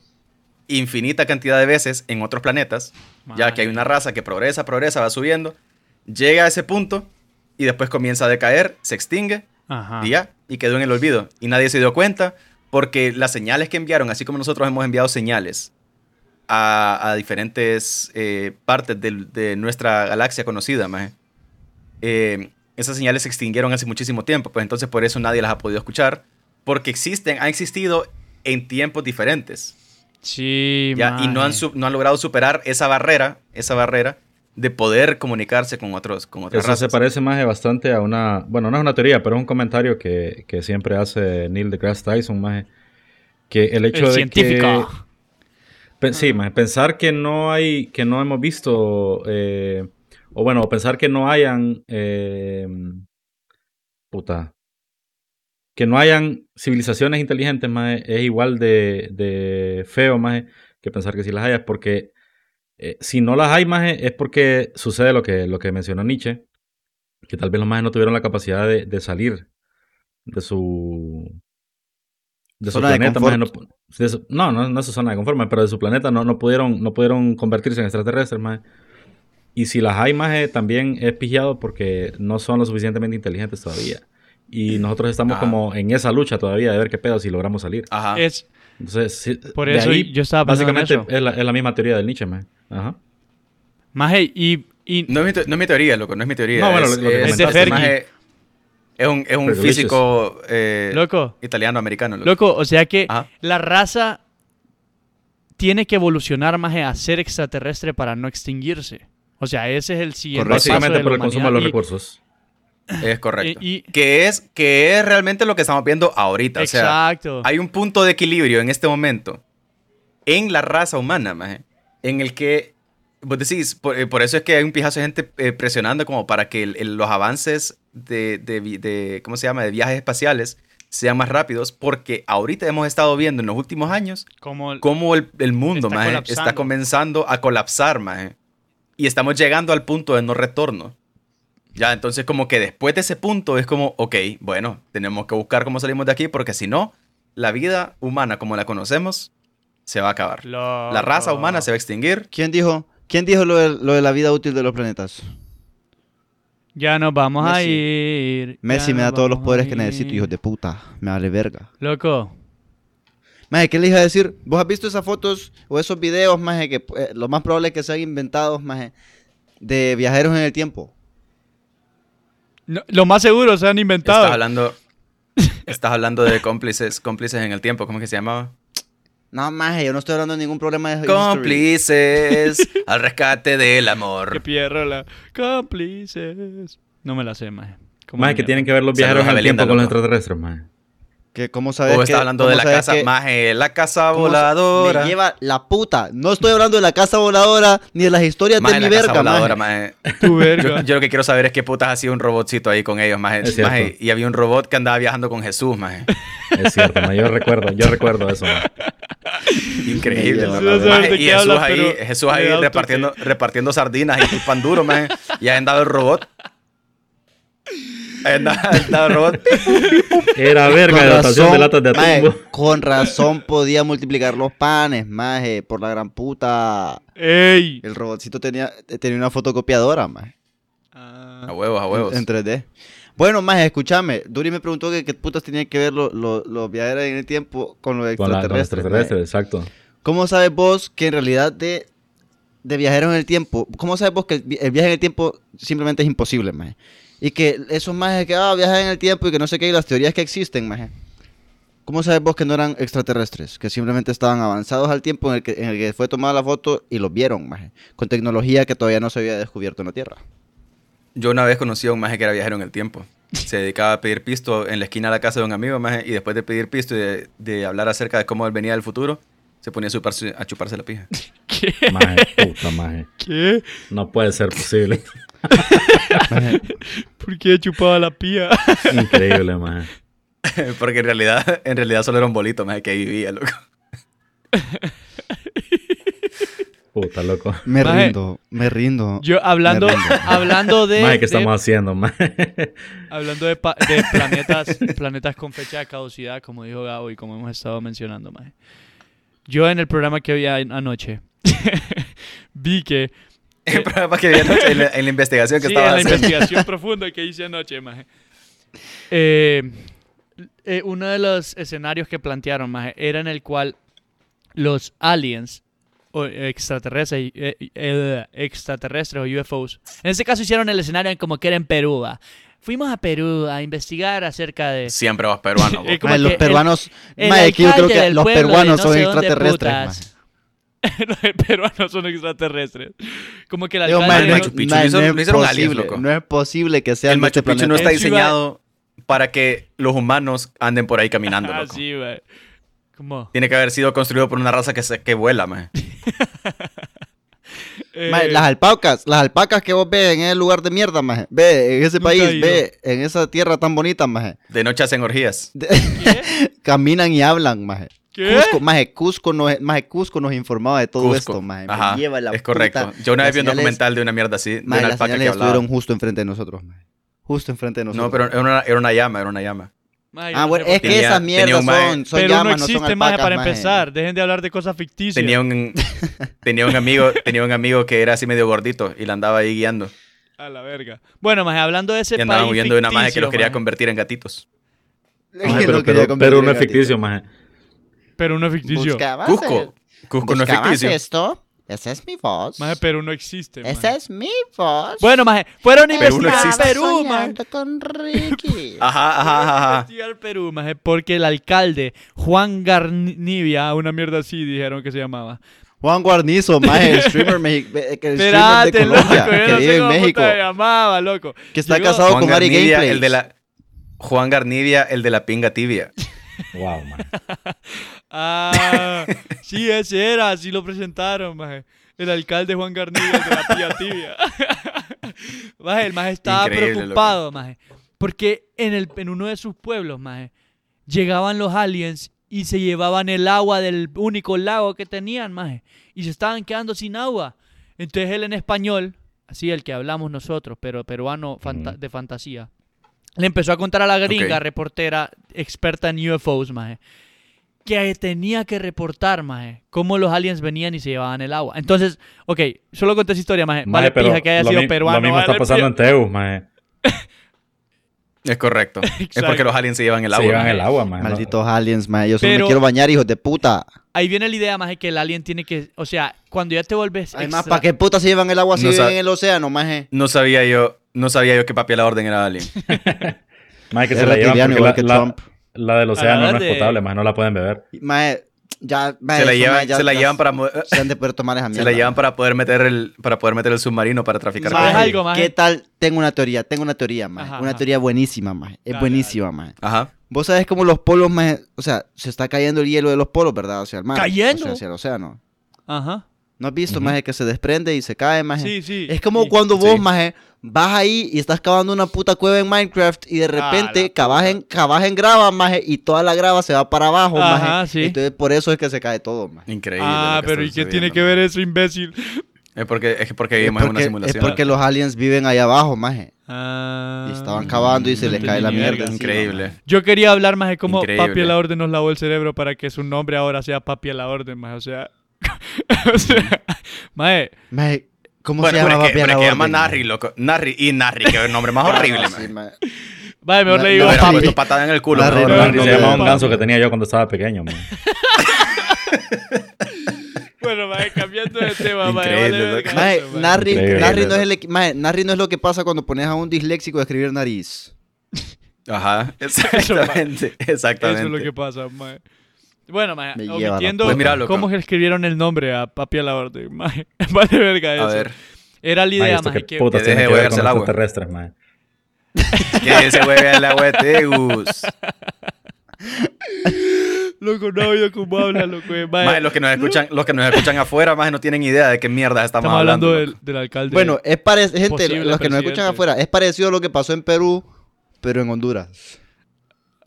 B: infinita cantidad de veces en otros planetas, ya que hay una raza que progresa, progresa, va subiendo, llega a ese punto y después comienza a decaer, se extingue
D: Ajá.
B: y ya, y quedó en el olvido. Y nadie se dio cuenta porque las señales que enviaron, así como nosotros hemos enviado señales a, a diferentes eh, partes del- de, nuestra galaxia conocida, maje, eh, esas señales se extinguieron hace muchísimo tiempo, pues entonces por eso nadie las ha podido escuchar, porque existen, han existido en tiempos diferentes.
D: Sí,
B: Ya, y no han,
D: maje.
B: su- no han logrado superar esa barrera, esa barrera de poder comunicarse con otros, con otras
A: Eso se
B: razas.
A: parece más eh, bastante a una. Bueno, no es una teoría, pero es un comentario que, que siempre hace Neil deGrasse Tyson, más eh, que el hecho
D: El
A: de
D: científico.
A: que Pe- Sí, maje, pensar que no hay, que no hemos visto, eh, o bueno, pensar que no hayan, eh, puta, que no hayan civilizaciones inteligentes, maje, es igual de, de feo, maje, que pensar que sí las hayas, porque eh, si no las hay, maje, es porque sucede lo que, lo que mencionó Nietzsche, que tal vez los majes no tuvieron la capacidad de, de salir de su... De su
C: Zona de
A: planeta, maje,
C: confort.
A: no pu- de su- no, no, no es su zona de conforme, pero de su planeta no, no, pudieron, no pudieron convertirse en extraterrestres, maje. Y si las hay, maje, también es pillado porque no son lo suficientemente inteligentes todavía. Y nosotros estamos
B: Ah.
A: como en esa lucha todavía de ver qué pedo si logramos salir.
B: Ajá.
D: Es,
A: Entonces, sí,
D: Por
A: de
D: eso
A: ahí,
D: yo estaba pensando en
A: Básicamente
D: eso.
A: Es, la, es la misma teoría del Nietzsche, maje. Ajá.
D: maje, y, y
B: eh, No es, mi te- no es mi teoría, loco, no es mi teoría.
A: No, bueno,
B: es,
A: lo- lo que
D: comentaste.
B: este
D: Fergie.
B: maje es un, es un
A: Pero
B: físico eh, ah.
D: loco,
B: italiano-americano. loco.
D: loco, o sea que
B: Ajá.
D: la raza tiene que evolucionar más a ser extraterrestre para no extinguirse. O sea, ese es el siguiente
C: Correcto.
D: paso
A: Básicamente
D: de
A: por
D: la
A: el consumo de los
D: humanidad.
A: recursos.
B: Es correcto.
D: Y- y-
B: que, es, que es realmente lo que estamos viendo ahorita.
D: Y- Exacto.
B: O sea, hay un punto de equilibrio en este momento en la raza humana, maje, en el que vos decís, por, eh, por eso es que hay un pijazo de gente eh, presionando como para que el- el- los avances de, de vi- de- ¿cómo se llama?, de viajes espaciales sean más rápidos, porque ahorita hemos estado viendo en los últimos años
D: Como el-
B: cómo el, el mundo
D: Está
B: maje,
D: colapsando.
B: está comenzando a colapsar, maje. Y estamos llegando al punto de no retorno. Ya, entonces como que después de ese punto es como, ok, bueno, tenemos que buscar cómo salimos de aquí, porque si no, la vida humana como la conocemos se va a acabar. La raza humana se va a extinguir.
C: ¿Quién dijo, quién dijo lo, de, lo de la vida útil de los planetas?
D: Ya nos vamos a
C: Messi.
D: ir. ya
C: Messi me
D: nos
C: da todos los
D: vamos a
C: poderes que necesito,
D: ir.
C: hijos de puta. Me vale verga.
D: Loco,
C: Maje, ¿qué les iba a decir? ¿Vos has visto esas fotos o esos videos, maje, que eh, lo más probable es que sean inventados, maje, de viajeros en el tiempo?
D: no- lo más seguro se han inventado.
B: Estás hablando, estás hablando de cómplices, cómplices en el tiempo, ¿cómo es que se llamaba?
C: No, maje, yo no estoy hablando de ningún problema de history.
B: Cómplices al rescate del amor.
D: Que pierro la cómplices. No me la sé, maje. Como
A: Más que
D: mierda.
A: tienen que ver los
B: Saludos
A: viajeros
B: a
A: en el
B: Belinda,
A: tiempo con los
B: loco.
A: extraterrestres, más.
C: Que cómo sabes
B: O
C: que-
B: estás hablando
C: cómo
B: de la
C: sabes
B: casa,
C: que-
B: maje, la casa
C: cómo sa-
B: voladora.
C: Me lleva la puta. No estoy hablando de la casa voladora ni de las historias
B: Maje,
C: de mi
B: la casa
C: verga,
B: voladora,
C: maje.
B: maje.
D: Tu
B: Yo,
D: verga.
B: yo lo que quiero saber es qué putas hacía un robotcito ahí con ellos, maje.
A: Es cierto.
B: Maje, y había un robot que andaba viajando con Jesús, maje.
A: Es cierto, ma, yo recuerdo, yo recuerdo eso. ma.
B: Increíble,
C: Sí,
B: la
C: sí,
B: verdad.
C: sí,
B: Maje,
D: de
B: Y
D: qué
B: Jesús
D: hablas,
B: ahí,
D: pero
B: Jesús
D: le
B: ahí
D: da un
B: repartiendo, repartiendo sardinas y pan duro, maje. Y ahí andaba el robot. Ahí andaba, ahí andaba el robot.
A: Era verga
C: Con
A: de dotación de
C: razón,
A: latas de
C: maje,
A: atún.
C: con razón podía multiplicar los panes, maje, por la gran puta.
D: ¡Ey!
C: El robotcito tenía, tenía una fotocopiadora, maje,
D: Ah,
B: A huevos, a huevos.
C: en 3D. Bueno, maje, escúchame. Duri me preguntó que qué putas tenían que ver lo- lo- los viajeros en el tiempo con los
A: Con, la, con los
C: extraterrestres. maje.
A: extraterrestres, exacto.
C: ¿Cómo sabes vos que en realidad de, de viajeros en el tiempo, cómo sabes vos que el, vi- el viaje en el tiempo simplemente es imposible, maje? Y que esos majes que ah, viajan en el tiempo y que no sé qué, y las teorías que existen, maje. ¿Cómo sabes vos que no eran extraterrestres? Que simplemente estaban avanzados al tiempo en el que, en el que fue tomada la foto y los vieron, maje. Con tecnología que todavía no se había descubierto en la Tierra.
B: Yo una vez conocí a un maje que era viajero en el tiempo. Se dedicaba a pedir pisto en la esquina de la casa de un amigo, maje, y después de pedir pisto y de, de hablar acerca de cómo él venía del futuro, se ponía a chuparse, a chuparse la pija.
D: ¿Qué?
A: Maje, puta maje.
D: ¿Qué?
A: No puede ser posible.
D: ¿Por qué chupaba la pía?
A: Increíble, maje.
B: Porque en realidad, en realidad solo era un bolito, maje, que ahí vivía, loco.
A: Puta, loco.
C: Me
D: Maje,
C: rindo, me rindo.
D: Yo hablando,
C: Me rindo.
D: hablando de,
A: Maje, ¿qué
D: de-
A: estamos haciendo, maje?
D: hablando de, pa- de planetas, planetas con fecha de caducidad, como dijo Gabo y como hemos estado mencionando, maje. Yo en el programa que había anoche vi que
B: El programa que había anoche, en la, en la investigación que
D: sí,
B: estaba
D: en la
B: haciendo.
D: investigación profunda que hice anoche, maje. Eh, eh, uno de los escenarios que plantearon, maje, era en el cual los aliens o extraterrestres, eh, eh, extraterrestres o UFOs, en ese caso hicieron el escenario en como que era en Perú. va. Fuimos a Perú a investigar acerca de...
B: Siempre vas peruano.
D: Eh,
B: vos.
D: como
C: Maje, los
D: que el-
C: peruanos,
D: el
C: maje, que yo creo
D: alcalde
C: que
D: del
C: los
D: pueblo de
C: peruanos
D: no
C: son
D: sé dónde
C: extraterrestres,
D: putas.
C: maje.
D: los peruanos son extraterrestres. Como que el
C: Digo,
D: alcalde...
B: no
D: no-
B: Machu Picchu, lo hizo- lo hicieron aliens, loco.
C: no es posible que sea este
B: el Machu Picchu no está
D: planeta.
B: diseñado para que los humanos anden por ahí caminando,
D: Ah,
B: loco.
D: sí, maje. ¿Cómo?
B: Tiene que haber sido construido por una raza que, se, que vuela, maje.
D: Eh,
C: las alpacas, las alpacas que vos ves en ese lugar de mierda, maje. Ve, en ese
D: Nunca he
C: país,
D: ido.
C: ve, en esa tierra tan bonita, maje.
B: De noche hacen orgías.
C: Caminan y hablan, maje.
D: ¿Qué?
C: Cusco, maje, Cusco nos, maje, Cusco nos informaba de todo
B: Cusco.
C: esto, maje. Me
B: Ajá,
C: lleva la
B: es correcto.
C: puta.
B: Yo una vez
C: Las
B: vi un
C: señales-
B: documental de una mierda así, de
C: maje,
B: una
C: las
B: alpaca que
C: señales
B: hablaba.
C: estuvieron justo enfrente de nosotros, maje. Justo enfrente de nosotros.
B: No, pero era una, era una llama, era una llama.
D: Maje, yo
C: Ah,
D: no
C: bueno,
D: sé por
C: es
D: qué.
C: que
B: Tenía-
C: esas
B: tenía
C: mierdas
B: un maje-
C: son, son
D: Pero no
C: llamas, no son
D: existe, maje,
C: alpacas,
D: para
C: maje.
D: empezar. Dejen de hablar de cosas ficticias.
B: Tenía un, tenía, un amigo, tenía un amigo que era así medio gordito y la andaba ahí guiando.
D: A la verga. Bueno, maje, hablando de ese
B: Y andaban
D: país
B: huyendo de una magia que
D: ficticio,
B: los quería
D: maje.
B: convertir en gatitos.
A: Maje,
C: Que
A: pero,
C: no quería
A: pero,
C: convertir
A: pero no
C: en
A: es ficticio, maje.
D: Pero no es ficticio.
C: Buscabas
B: Cusco. Cusco no es
C: ¿Buscabas
B: ficticio.
C: esto? Esa es mi voz.
D: Maje, Perú no existe. maje.
C: Esa es mi voz.
D: Bueno, maje, fueron a
B: Perú no
D: investigar
B: existe. Ah.
D: Perú, maje.
C: con Ricky.
B: Ajá, ajá,
C: Ah.
B: ajá.
D: Investigar Perú, maje, porque el alcalde Juan Garnivia, una mierda así dijeron que se llamaba.
C: Juan Guarnizo, maje, el streamer, mexi- eh, que el streamer
D: Espérate,
C: de
D: loco,
C: Colombia, que
D: yo no
C: vive
D: sé
C: en
D: cómo
C: México,
D: puta se llamaba, loco.
C: que está
D: Llegó-
C: casado con Ari Gameplay.
B: el de la... Juan Garnivia, el de la pinga tibia.
A: Wow, maje.
D: Ah, sí, ese era, así lo presentaron, maje. El alcalde Juan Garnilla de la tía tibia. maje, el maje estaba
B: Increíble,
D: preocupado, maje. Porque en, el, en uno de sus pueblos, maje, llegaban los aliens y se llevaban el agua del único lago que tenían, maje, y se estaban quedando sin agua. Entonces él en español, así el que hablamos nosotros, pero peruano fanta-
A: Mm.
D: de fantasía, le empezó a contar a la gringa,
B: Ok.
D: reportera experta en UFOs, maje, que tenía que reportar, maje, cómo los aliens venían y se llevaban el agua. Entonces, ok, solo conté esa historia, maje.
A: Maje,
D: vale,
A: pero
D: pija que haya
A: lo mi-
D: sido peruano.
A: Lo mismo
D: vale,
A: está pasando
D: pija.
A: en Teu, maje.
B: Es correcto. es porque
D: Exacto.
B: los aliens se llevan el
A: Se
B: agua.
A: llevan
B: maje.
A: el agua, maje. ¿no?
C: Malditos aliens, maje. Yo solo
D: Pero-
C: me quiero bañar, hijos de puta.
D: Ahí viene la idea, maje, que el alien tiene que, o sea, cuando ya te vuelves...
C: Además,
D: extra-
C: ¿para qué puta se llevan el agua si
B: No
C: viven
B: sabe-
C: en el océano, maje?
B: No sabía yo, no sabía yo que papi a la orden era alien.
A: Maje, que
C: Es
A: se la llevan
C: reptiliano
A: porque
C: igual que
A: la, la,
C: Trump.
A: la del océano no es
D: de-
A: potable, maje. No la pueden beber.
C: Maje, ya, maje,
B: Se la
C: Ah, eso,
B: llevan,
C: maje, ya-
B: se la
C: ya
B: llevan para mo-
C: Se han de poder tomar esa
B: se
C: mierda.
B: la llevan para poder meter el para poder meter el submarino para traficar
D: Más
B: con él.
D: algo, maje.
C: ¿Qué tal? Tengo una teoría, tengo una teoría, maje.
D: Ajá,
C: una
D: ajá.
C: teoría buenísima, maje. Es
D: Dale,
C: buenísima, maje.
B: Ajá.
C: Vos sabés cómo los polos, maje, o sea, se está cayendo el hielo de los polos, ¿verdad? Hacia el mar.
D: ¿Cayendo?
C: O sea, hacia el océano.
D: Ajá.
C: ¿No has visto,
A: Ujú.
C: maje, que se desprende y se cae, maje?
D: Sí, sí.
C: Es como
D: sí.
C: cuando vos,
B: Sí.
C: maje, vas ahí y estás cavando una puta cueva en Minecraft y de
D: Ah, la
C: repente
D: puta.
C: cavas, en, cavas en grava, maje, y toda la grava se va para abajo, maje.
D: Ajá, sí.
C: Entonces por eso es que se cae todo, maje.
B: Increíble.
D: Ah,
B: lo que
D: pero ¿y
B: estás
D: qué tiene
B: viviendo,
D: que ver eso, imbécil?
B: maje. Es porque es porque
C: Es
B: vivimos en una
C: porque,
B: simulación.
C: es porque los aliens viven ahí abajo, maje.
D: Ah.
C: Y estaban cavando y se
D: no
C: les cae la
D: entendí ni
C: mierda.
D: verga.
C: encima,
B: Increíble.
C: maje.
D: Yo quería hablar más de cómo
B: Increíble.
D: Papi a la Orden nos lavó el cerebro para que su nombre ahora sea Papi a la Orden, más. O sea. o sea, mae,
C: Maje, ¿cómo
B: Bueno,
C: se
B: pero
C: llama
B: es que,
C: papi a
B: pero
C: la
B: es que llama
C: orden, maje?
B: Narri, loco. Narri y Narri, que es el nombre más horrible.
C: Sí,
B: man.
C: maje.
D: mae, mejor
C: Na-
D: le
B: Le
D: digo.
C: na-
B: hubiera
C: Narri.
B: puesto patada en el culo.
C: Narri,
B: mejor.
C: no,
A: Narri
C: no,
A: se
C: no,
A: llamaba
C: no.
A: un ganso que tenía yo cuando estaba pequeño, maje.
D: Bueno, mae, cambiando de tema, mae.
B: Increíble,
D: vale
B: loco.
D: verga
C: Maje,
D: eso, mae.
C: Narri,
A: Increíble.
C: Narri no es el equi- maje, Narri no es lo que pasa cuando pones a un disléxico a escribir nariz.
B: Ajá. Exactamente.
D: Eso
B: Exactamente.
D: es lo que pasa, mae. Bueno, mae,
C: Me lleva la
D: omitiendo
B: puta. Pues mira, loco.
D: cómo es que escribieron el nombre a Papi a la Orden, mae. Vale verga eso.
B: A ver.
D: Era la
A: Maje,
D: idea,
A: esto
D: mae,
A: que
D: que-
A: putas
B: que
A: tiene
B: deje
A: que
B: de
A: ver con
B: beberse el
A: los
B: agua.
A: extraterrestres, maje.
B: Que se hueve el agua de Tegus.
D: Loco, no había cómo habla, loco. eh, mae.
B: Maje, los que nos escuchan, los que nos escuchan afuera, más no tienen idea de qué mierda estamos,
D: Estamos hablando
B: loco.
D: del, del alcalde.
C: Bueno, es parecido, gente,
D: Posible
C: los que nos escuchan
D: presidente.
C: afuera, es parecido a lo que pasó en Perú, pero en Honduras.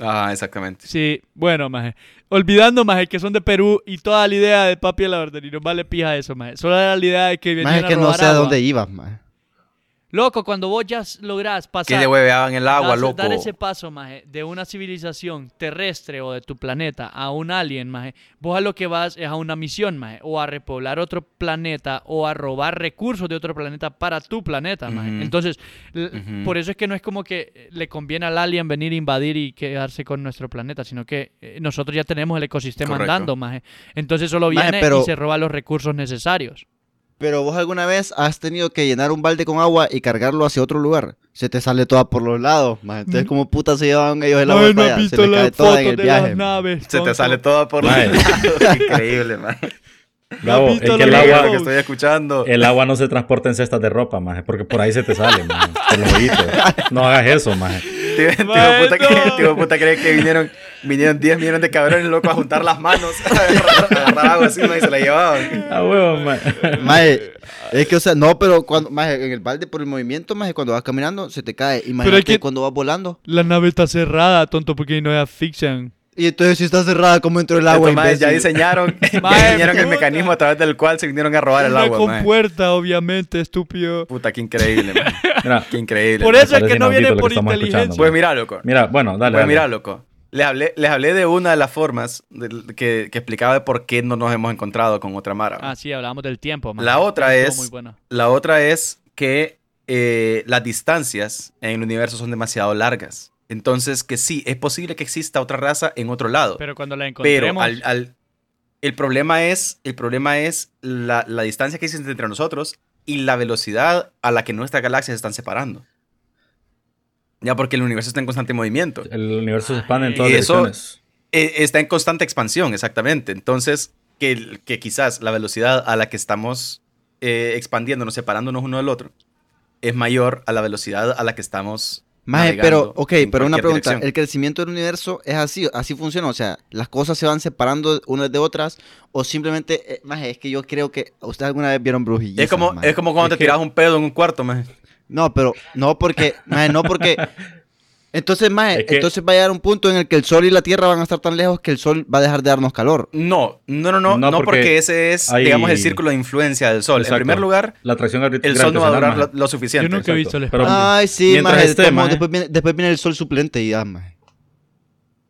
B: Ajá, exactamente.
D: Sí, bueno, maje. Olvidando, maje, que son de Perú y toda la idea de papi a la orden y no vale pija eso, maje. Solo era la idea de que venían
C: Más es
D: a
C: que no
D: robar
C: sé a
D: agua.
C: dónde ibas, más.
D: Loco, cuando vos ya s- lográs
B: Que
D: pasar...
B: le hueveaban el agua,
D: das-
B: loco.
D: Dar ese paso, maje, de una civilización terrestre o de tu planeta a un alien, maje, vos a lo que vas es a una misión, maje, o a repoblar otro planeta o a robar recursos de otro planeta para tu planeta, maje.
B: Ujú.
D: Entonces, l-
B: Ujú.
D: por eso es que no es como que eh, le conviene al alien venir a invadir y quedarse con nuestro planeta, sino que eh, nosotros ya tenemos el ecosistema
B: Correcto.
D: andando, maje. Entonces solo
C: Maje,
D: viene
C: pero-
D: y se roba los recursos necesarios.
C: Pero vos alguna vez has tenido que llenar un balde con agua y cargarlo hacia otro lugar. Se te sale toda por los lados, maje. Entonces, como puta se llevaban ellos el agua
D: Ay, no
C: para
D: he
C: allá? Se
D: visto
C: les
D: las
C: cae toda en
D: fotos
C: el
D: de
C: viaje.
D: las
C: maje.
D: naves,
B: Se te
D: tonto.
B: sale todo por la
A: Maje.
B: Increíble, man.
A: Bravo, es
D: visto
A: que
D: lo
A: el
D: que
A: agua,
D: hago?
B: lo que estoy escuchando.
A: el agua no se transporta en cestas de ropa, maje, porque por ahí se te sale, maje, por los hoyitos. No hagas eso, maje.
B: Tío, tío
D: Maje,
B: puta, que,
D: no.
B: tío puta cree que vinieron, vinieron 10 millones de cabrones locos a juntar las manos, a agarrar, a agarrar agua así, maje, y se la llevaban.
A: A huevo, maje.
C: Maje, eh, es que, o sea, no, pero cuando, maje, en el balde por el movimiento, maje, cuando vas caminando, se te cae. Imagínate
D: que-
C: cuando vas volando.
D: La nave está cerrada, tonto, porque no asfixian.
C: Y entonces, si está cerrada, ¿cómo entró el agua?
B: Estos majes ya
C: imbécil?
B: diseñaron,
D: Maje,
B: ya diseñaron el
D: puta.
B: mecanismo a través del cual se vinieron a robar el
D: Una
B: agua, maje.
D: compuerta, obviamente, estúpido.
B: Puta, qué increíble, man.
A: Mira,
B: Qué increíble.
D: Por
B: maje.
D: eso es
A: parece
D: que no
A: inaudito
D: viene
A: lo que
D: por
A: estamos escuchando,
D: inteligencia.
B: Pues mira, loco.
A: mira, bueno, dale.
B: Pues
A: dale.
B: mira, loco. Les hablé, les hablé de una de las formas de- que, que explicaba de por qué no nos hemos encontrado con otra Mara.
D: Ah, sí, hablábamos del tiempo. man.
B: La otra
D: Estuvo
B: es-
D: muy buena.
B: La otra es que eh, las distancias en el universo son demasiado largas. Entonces, que sí, es posible que exista otra raza en otro lado. Pero,
D: Pero cuando la encontremos.
B: al, al- el problema es, el problema es la, la distancia que existe entre nosotros y la velocidad a la que nuestras galaxias se están separando. Ya porque el universo está en constante movimiento.
A: El universo se expande en
D: Y
A: todas
B: eso-
A: direcciones.
B: Eh, está en constante expansión, exactamente. Entonces, que, que quizás la velocidad a la que estamos eh, expandiéndonos, separándonos uno del otro, es mayor a la velocidad a la que estamos.
C: Maje,
B: navegando
C: eh, pero, ok,
B: en
C: pero una
B: cualquier
C: pregunta.
B: dirección.
C: El crecimiento del universo es así, así funciona. O sea, las cosas se van separando unas de otras, o simplemente, eh, maje, es que yo creo que ustedes alguna vez vieron brujillas.
B: Es como, es como cuando
A: Es que-
B: te tiras un pedo en un cuarto, maje.
C: No, pero, no porque, maje, no porque Entonces, mae,
A: Es que-
C: entonces va a llegar un punto en el que el sol y la tierra van a estar tan lejos que el sol va a dejar de darnos calor.
B: No, no, no, no, no,
A: No,
B: porque,
A: porque
B: ese es,
A: hay-
B: digamos, el círculo de influencia del sol. En
A: Exacto.
B: primer lugar,
A: La atracción gravit-
B: el sol no va a durar
A: gravitacional,
B: lo,
A: maje.
B: lo suficiente.
D: Yo nunca he visto el
A: Pero-
D: espacio.
C: Ay, sí,
A: Mientras
C: mae,
A: esté,
C: como
A: mae.
C: Después, viene, después viene el sol suplente y ya, mae.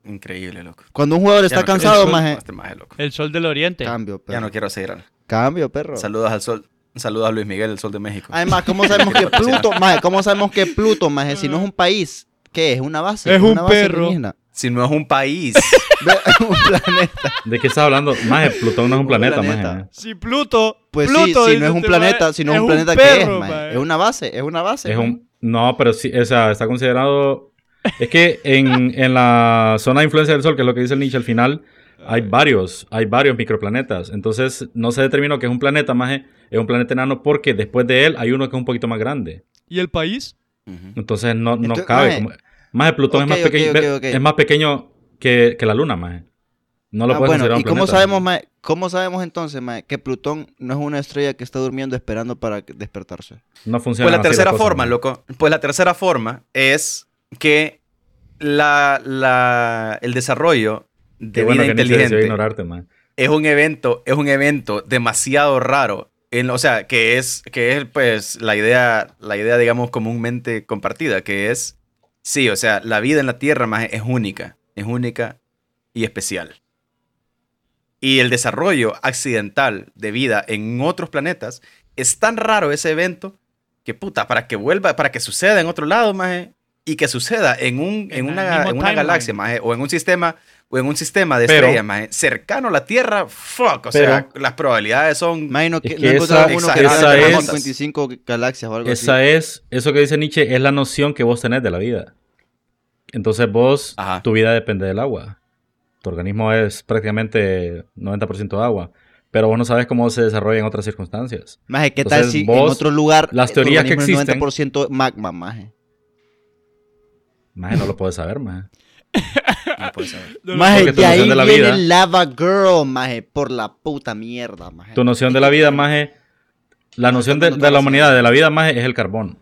B: Increíble, loco.
C: Cuando un jugador
B: Ya
C: está
B: no quiero-
C: cansado,
B: el sol-
C: mae.
B: este loco.
D: El sol del oriente.
C: Cambio, perro.
B: Ya no quiero seguir. Alan.
C: Cambio, perro. Ah.
B: Saludos al sol. Saludos a Luis Miguel, el sol de México.
C: Además, ¿cómo sabemos que Pluto, mae, cómo sabemos que Pluto, mae, si no es un país, ¿qué es? ¿Una base?
D: Es
C: una
D: un
C: base
D: perro.
C: alienígena.
B: Si no es un país.
C: un planeta.
A: ¿De qué estás hablando? Maje, Plutón no es un
C: Un
A: planeta,
C: planeta.
A: maje.
D: Si Pluto.
C: Pues
D: Pluto,
C: sí, si no es un
D: dice, este
C: planeta,
D: mae,
C: si no es un planeta, ¿qué es,
D: perro,
C: mae?
D: mae.
C: Es una base, es una
B: Ah,
C: base.
A: Es
C: mae.
A: un... No, pero sí, o sea, está considerado... Es que en, en la zona de influencia del Sol, que es lo que dice el Nietzsche al final, hay varios, hay varios microplanetas. Entonces, no se determinó que es un planeta, maje, es un planeta enano porque después de él hay uno que es un poquito más grande.
D: ¿Y el país?
B: Ujú.
A: Entonces, no, no
C: Entonces,
A: cabe.
C: maje.
A: como- Maje, Plutón
C: Ok,
A: es, más
C: ok,
A: pequeño,
C: ok, ok.
A: es más pequeño que, que la Luna, maje. No lo
C: Ah,
A: puedes
C: bueno,
A: considerar un
C: ¿y cómo
A: planeta.
C: sabemos, mae, cómo sabemos entonces, mae, que Plutón no es una estrella que está durmiendo esperando para que- despertarse?
A: No funciona
B: Pues la tercera forma, loco. Pues la tercera forma es que la, la- el desarrollo de
A: Qué bueno que
B: vida
A: Nietzsche decidió
B: inteligente
A: ignorarte, maje.
B: es un evento, es un evento demasiado raro. En, o sea, que es, que es pues la idea, la idea, digamos, comúnmente compartida, que es, sí, o sea, la vida en la Tierra más es única, es única y especial. Y el desarrollo accidental de vida en otros planetas es tan raro ese evento que puta, para que vuelva, para que suceda en otro lado, maje, y que suceda en, un, en,
D: En el
B: una,
D: mismo
B: en una
D: timeline.
B: galaxia, maje, o en un sistema, o en un sistema de
A: Pero-
B: estrellas, maje, cercano a la Tierera, fuck,
A: Pero-
B: o sea, las probabilidades son...
C: Imagino que,
A: Es
C: no
A: que
C: encontraron
B: esa-
C: uno que
B: esa
C: tenga
B: es-
C: 55 galaxias o algo así.
A: Esa es, eso que dice Nietzsche, es la noción que vos tenés de la vida. Entonces vos,
B: Ajá.
A: tu vida depende del agua. Tu organismo es prácticamente 90% agua. Pero vos no sabes cómo se desarrolla en otras circunstancias.
C: Maje, ¿qué tal
A: Entonces,
C: si en
A: vos,
C: otro lugar
A: las
C: tu
A: teorías que
C: organismo es
A: existen-
C: 90% magma, maje?
A: Más no lo puedes saber, más.
B: No puede ser.
C: Maje,
A: porque tu
C: de ahí
A: noción de la
C: viene
A: vida-
C: Lava Girl, maje, por la puta mierda, maje.
A: Tu noción de la vida, más La noción de, de la humanidad, de la vida, más es el carbón.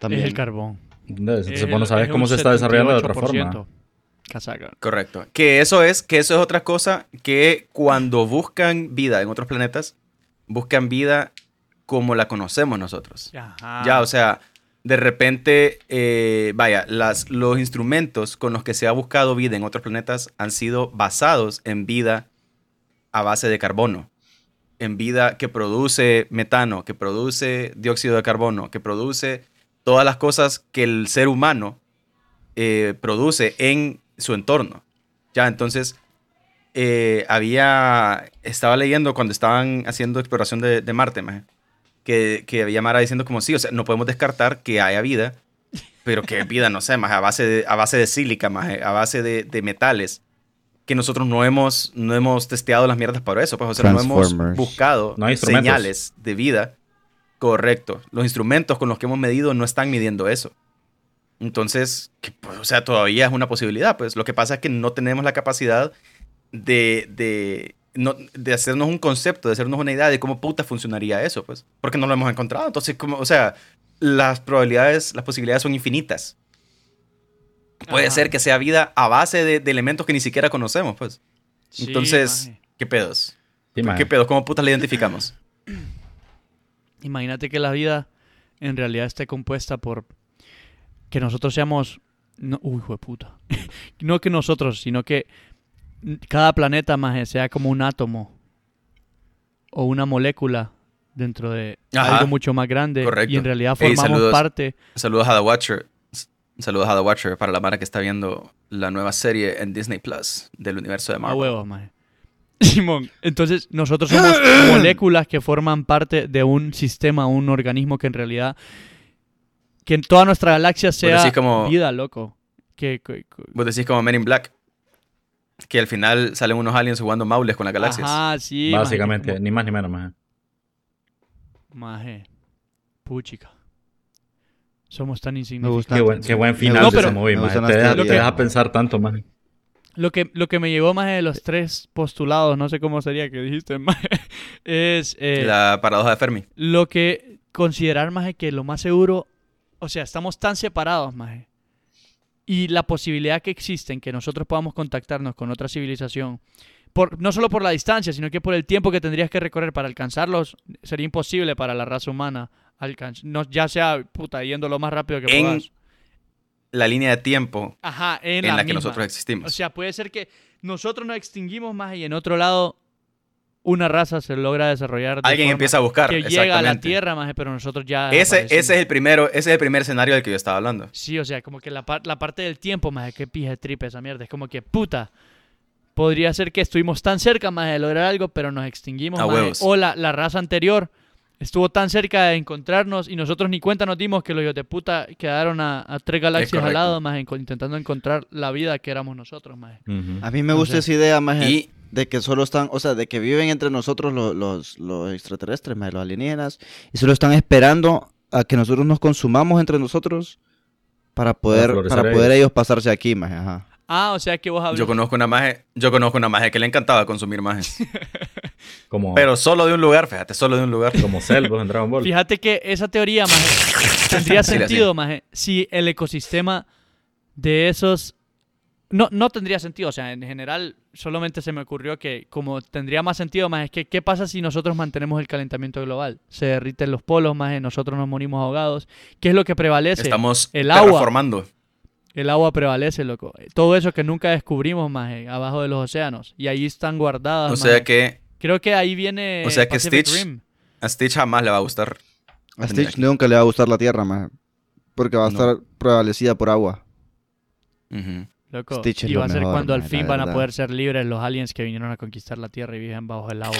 D: Es el carbón.
A: ¿Entendés? Entonces
D: Es
A: vos no
D: el-
A: sabes
D: es
A: cómo
D: un
A: se está desarrollando de otra
D: 78%.
A: forma.
D: Casaca.
B: Correcto. Que eso es, que eso es otra cosa que cuando buscan vida en otros planetas, buscan vida como la conocemos nosotros.
D: Ajá.
B: Ya, o sea, de repente, eh, vaya, las, los instrumentos con los que se ha buscado vida en otros planetas han sido basados en vida a base de carbono. En vida que produce metano, que produce dióxido de carbono, que produce todas las cosas que el ser humano eh, produce en su entorno. Ya, entonces, eh, había, estaba leyendo cuando estaban haciendo exploración de, de Marte, maje, que, que había Mara diciendo como sí, o sea, no podemos descartar que haya vida, pero que vida, no sé, más a base de, a base de sílica, más a base de, de metales, que nosotros no hemos, no hemos testeado las mierdas para eso, pues, o sea, no hemos
C: Transformers.
B: buscado
A: No hay instrumentos.
B: señales de vida. Correcto. Los instrumentos con los que hemos medido no están midiendo eso. Entonces, que, pues, o sea, todavía es una posibilidad, pues. Lo que pasa es que no tenemos la capacidad de, de, no- de hacernos un concepto, de hacernos una idea de cómo puta funcionaría eso, pues. Porque no lo hemos encontrado. Entonces, como, o sea, las probabilidades, las posibilidades son infinitas. Puede
D: Ajá.
B: ser que sea vida a base de, de elementos que ni siquiera conocemos, pues.
D: Sí,
B: Entonces,
D: maje.
B: ¿qué pedos?
A: Sí,
B: ¿Qué
A: maje.
B: pedos? ¿Cómo putas la identificamos?
D: Imagínate que la vida en realidad esté compuesta por que nosotros seamos. No, uy, hijo de puta. no que nosotros, sino que cada planeta más sea como un átomo o una molécula dentro de
B: Ajá.
D: algo mucho más grande.
B: Correcto.
D: Y en realidad
B: Ey,
D: formamos
B: saludos.
D: parte.
B: Saludos a The Watcher. S- Saludos a The Watcher para la mara que está viendo la nueva serie en Disney Plus del universo de
D: A
B: Marvel.
D: huevos, maje. Simón, entonces nosotros somos moléculas que forman parte de un sistema, un organismo que en realidad, que en toda nuestra galaxia sea
B: decís como-
D: vida, loco. Que, que- que-
B: Vos decís como Men in Black, que al final salen unos aliens jugando maules con las galaxias.
D: Ajá, sí. maje,
A: Básicamente,
D: como-
A: ni más ni menos, maje.
D: Maje. Puchica. Somos tan
C: Me
D: insignificantes.
C: gusta.
A: Qué buen, qué buen
C: Me
A: final
D: No,
A: de ese
D: pero-
A: movie,
C: me
A: maje.
C: gustan
A: Te
C: las
A: deja, te
D: teorías,
A: deja
C: maje.
A: pensar tanto, maje.
D: Lo que, lo que me llevó más de los tres postulados, no sé cómo sería que dijiste, maje, es eh,
B: La paradoja de Fermi.
D: lo que considerar más que lo más seguro, o sea, estamos tan separados, más y la posibilidad que existen que nosotros podamos contactarnos con otra civilización, por, no solo por la distancia, sino que por el tiempo que tendrías que recorrer para alcanzarlos, sería imposible para la raza humana. alcanz- no, ya sea, puta, yendo lo más rápido que
B: En-
D: puedas.
B: La línea de tiempo
D: Ajá, en,
B: en, la, que
D: misma.
B: nosotros existimos.
D: O sea, puede ser que nosotros nos extinguimos más y en otro lado una raza se logra desarrollar. de
B: Alguien
D: forma
B: empieza a buscar.
D: que llega a la
B: exactamente.
D: Tierra más, pero nosotros ya.
B: Ese, ese
D: desaparecimos.
B: es el primero, ese es el primer escenario del que yo estaba hablando.
D: Sí, o sea, como que la, par- la parte del tiempo, más que pija de tripe esa mierda. Es como que, puta, podría ser que estuvimos tan cerca, más de lograr algo, pero nos extinguimos.
B: A
D: maje.
B: huevos.
D: O la, la raza anterior estuvo tan cerca de encontrarnos y nosotros ni cuenta nos dimos que los hijos de puta quedaron a, a tres galaxias al
B: correcto.
D: lado, más intentando encontrar la vida que éramos nosotros, más.
A: Ujú.
C: A mí me
D: No
C: gusta
D: sé.
C: esa idea,
D: Eh,
C: maje,
B: Y-
C: de que solo están, o sea, de que viven entre nosotros lo- los, los, extraterrestres, maje, los alienígenas, y solo están esperando a que nosotros nos consumamos entre nosotros para poder,
A: florecer
C: para
A: a
C: poder
A: ellos.
C: ellos pasarse aquí, maje, ajá.
D: Ah, o sea que vos hablas.
B: Yo conozco una maje, yo conozco una maje que le encantaba consumir majes.
A: Como,
B: Pero solo de un lugar, fíjate, solo de un lugar.
A: como Selvos en Dragon Ball.
D: Fíjate que esa teoría, maje, tendría
B: Sí, la
D: sentido,
B: sigo.
D: maje, si el ecosistema de esos... No, no tendría sentido, o sea, en general solamente se me ocurrió que como tendría más sentido, más es que qué pasa si nosotros mantenemos el calentamiento global, se derriten los polos, más nosotros nos morimos ahogados, ¿qué es lo que prevalece?
B: Estamos
D: el agua.
B: terraformando.
D: El agua prevalece, loco. Todo eso que nunca descubrimos, más abajo de los océanos y ahí están guardadas.
B: O
D: Ah, maje.
B: sea que
D: creo que ahí viene
B: o sea que
D: Pacific
B: Stitch-
D: Rim.
B: a Stitch jamás le va a gustar.
C: A
B: Tendría
C: Stitch
B: que-
C: nunca le va a gustar la Tierra, maje, porque va a
B: No.
C: estar prevalecida por agua.
B: Ujú.
D: Loco,
C: Stitch es
D: y
C: lo
D: va a ser
C: mejor,
D: cuando al
C: mae,
D: fin
C: la
D: van a
C: verdad.
D: poder ser libres los aliens que vinieron a conquistar la Tierra y viven bajo el agua.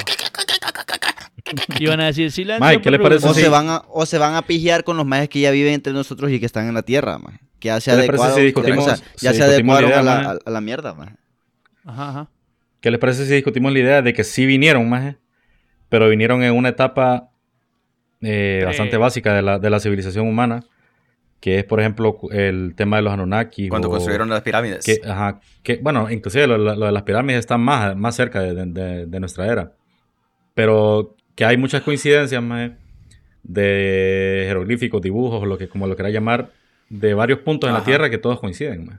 D: y van a decir, silencio.
A: Mae, ¿qué le
D: perro".
A: parece
C: O,
A: Sí.
C: se van a, o se van a pijear con los majes que ya viven entre nosotros y que están en la Tierra, maje. Que ya se
A: ¿Qué le parece
C: adecuaron,
A: si discutimos-
C: o sea, ya
A: si
C: se
A: discutimos la
C: adecuaron a
A: idea,
C: la,
A: maje?
C: a la mierda, maje.
D: Ajá, ajá.
A: ¿Qué les parece si discutimos la idea de que sí vinieron, maje? Pero vinieron en una etapa eh,
D: Pre-
A: bastante básica de la, de la civilización humana, que es, por ejemplo, cu- el tema de los Anunnaki.
B: Cuando
A: o-
B: construyeron las pirámides.
A: que, ajá, que, bueno, inclusive lo, lo- lo de las pirámides está más, más cerca de, de- de- de nuestra era. Pero que hay muchas coincidencias, maje, de jeroglíficos, dibujos, lo que, como lo querás llamar, de varios puntos en la
B: Ajá.
A: Tierra que todos coinciden, maje.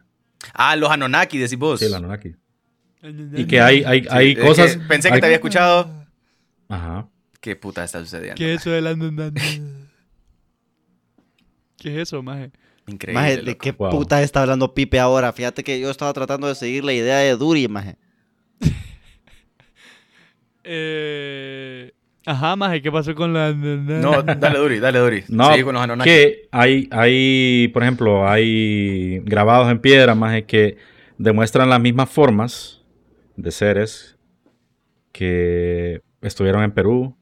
B: Ah, los Anunnaki, decís vos.
A: Sí, el Anunnaki. Y que hay, hay,
B: Sí,
A: hay
B: es que
A: cosas...
B: pensé que
A: hay-
B: te había escuchado.
A: Ajá.
B: ¿Qué puta está sucediendo?
D: ¿Qué es eso del andandando? ¿Qué es eso, maje?
B: Increíble.
C: Maje, ¿de
B: loco.
C: qué
A: Wow.
C: putas está hablando Pipe ahora? Fíjate que yo estaba tratando de seguir la idea de Duri, maje.
D: Eh... Ajá, maje, ¿qué pasó con la
B: No, dale duri, dale duri.
A: No,
B: Seguí con los Anunnaki.
A: que hay, hay, por ejemplo, hay grabados en piedra, más que demuestran las mismas formas de seres que estuvieron en Perú,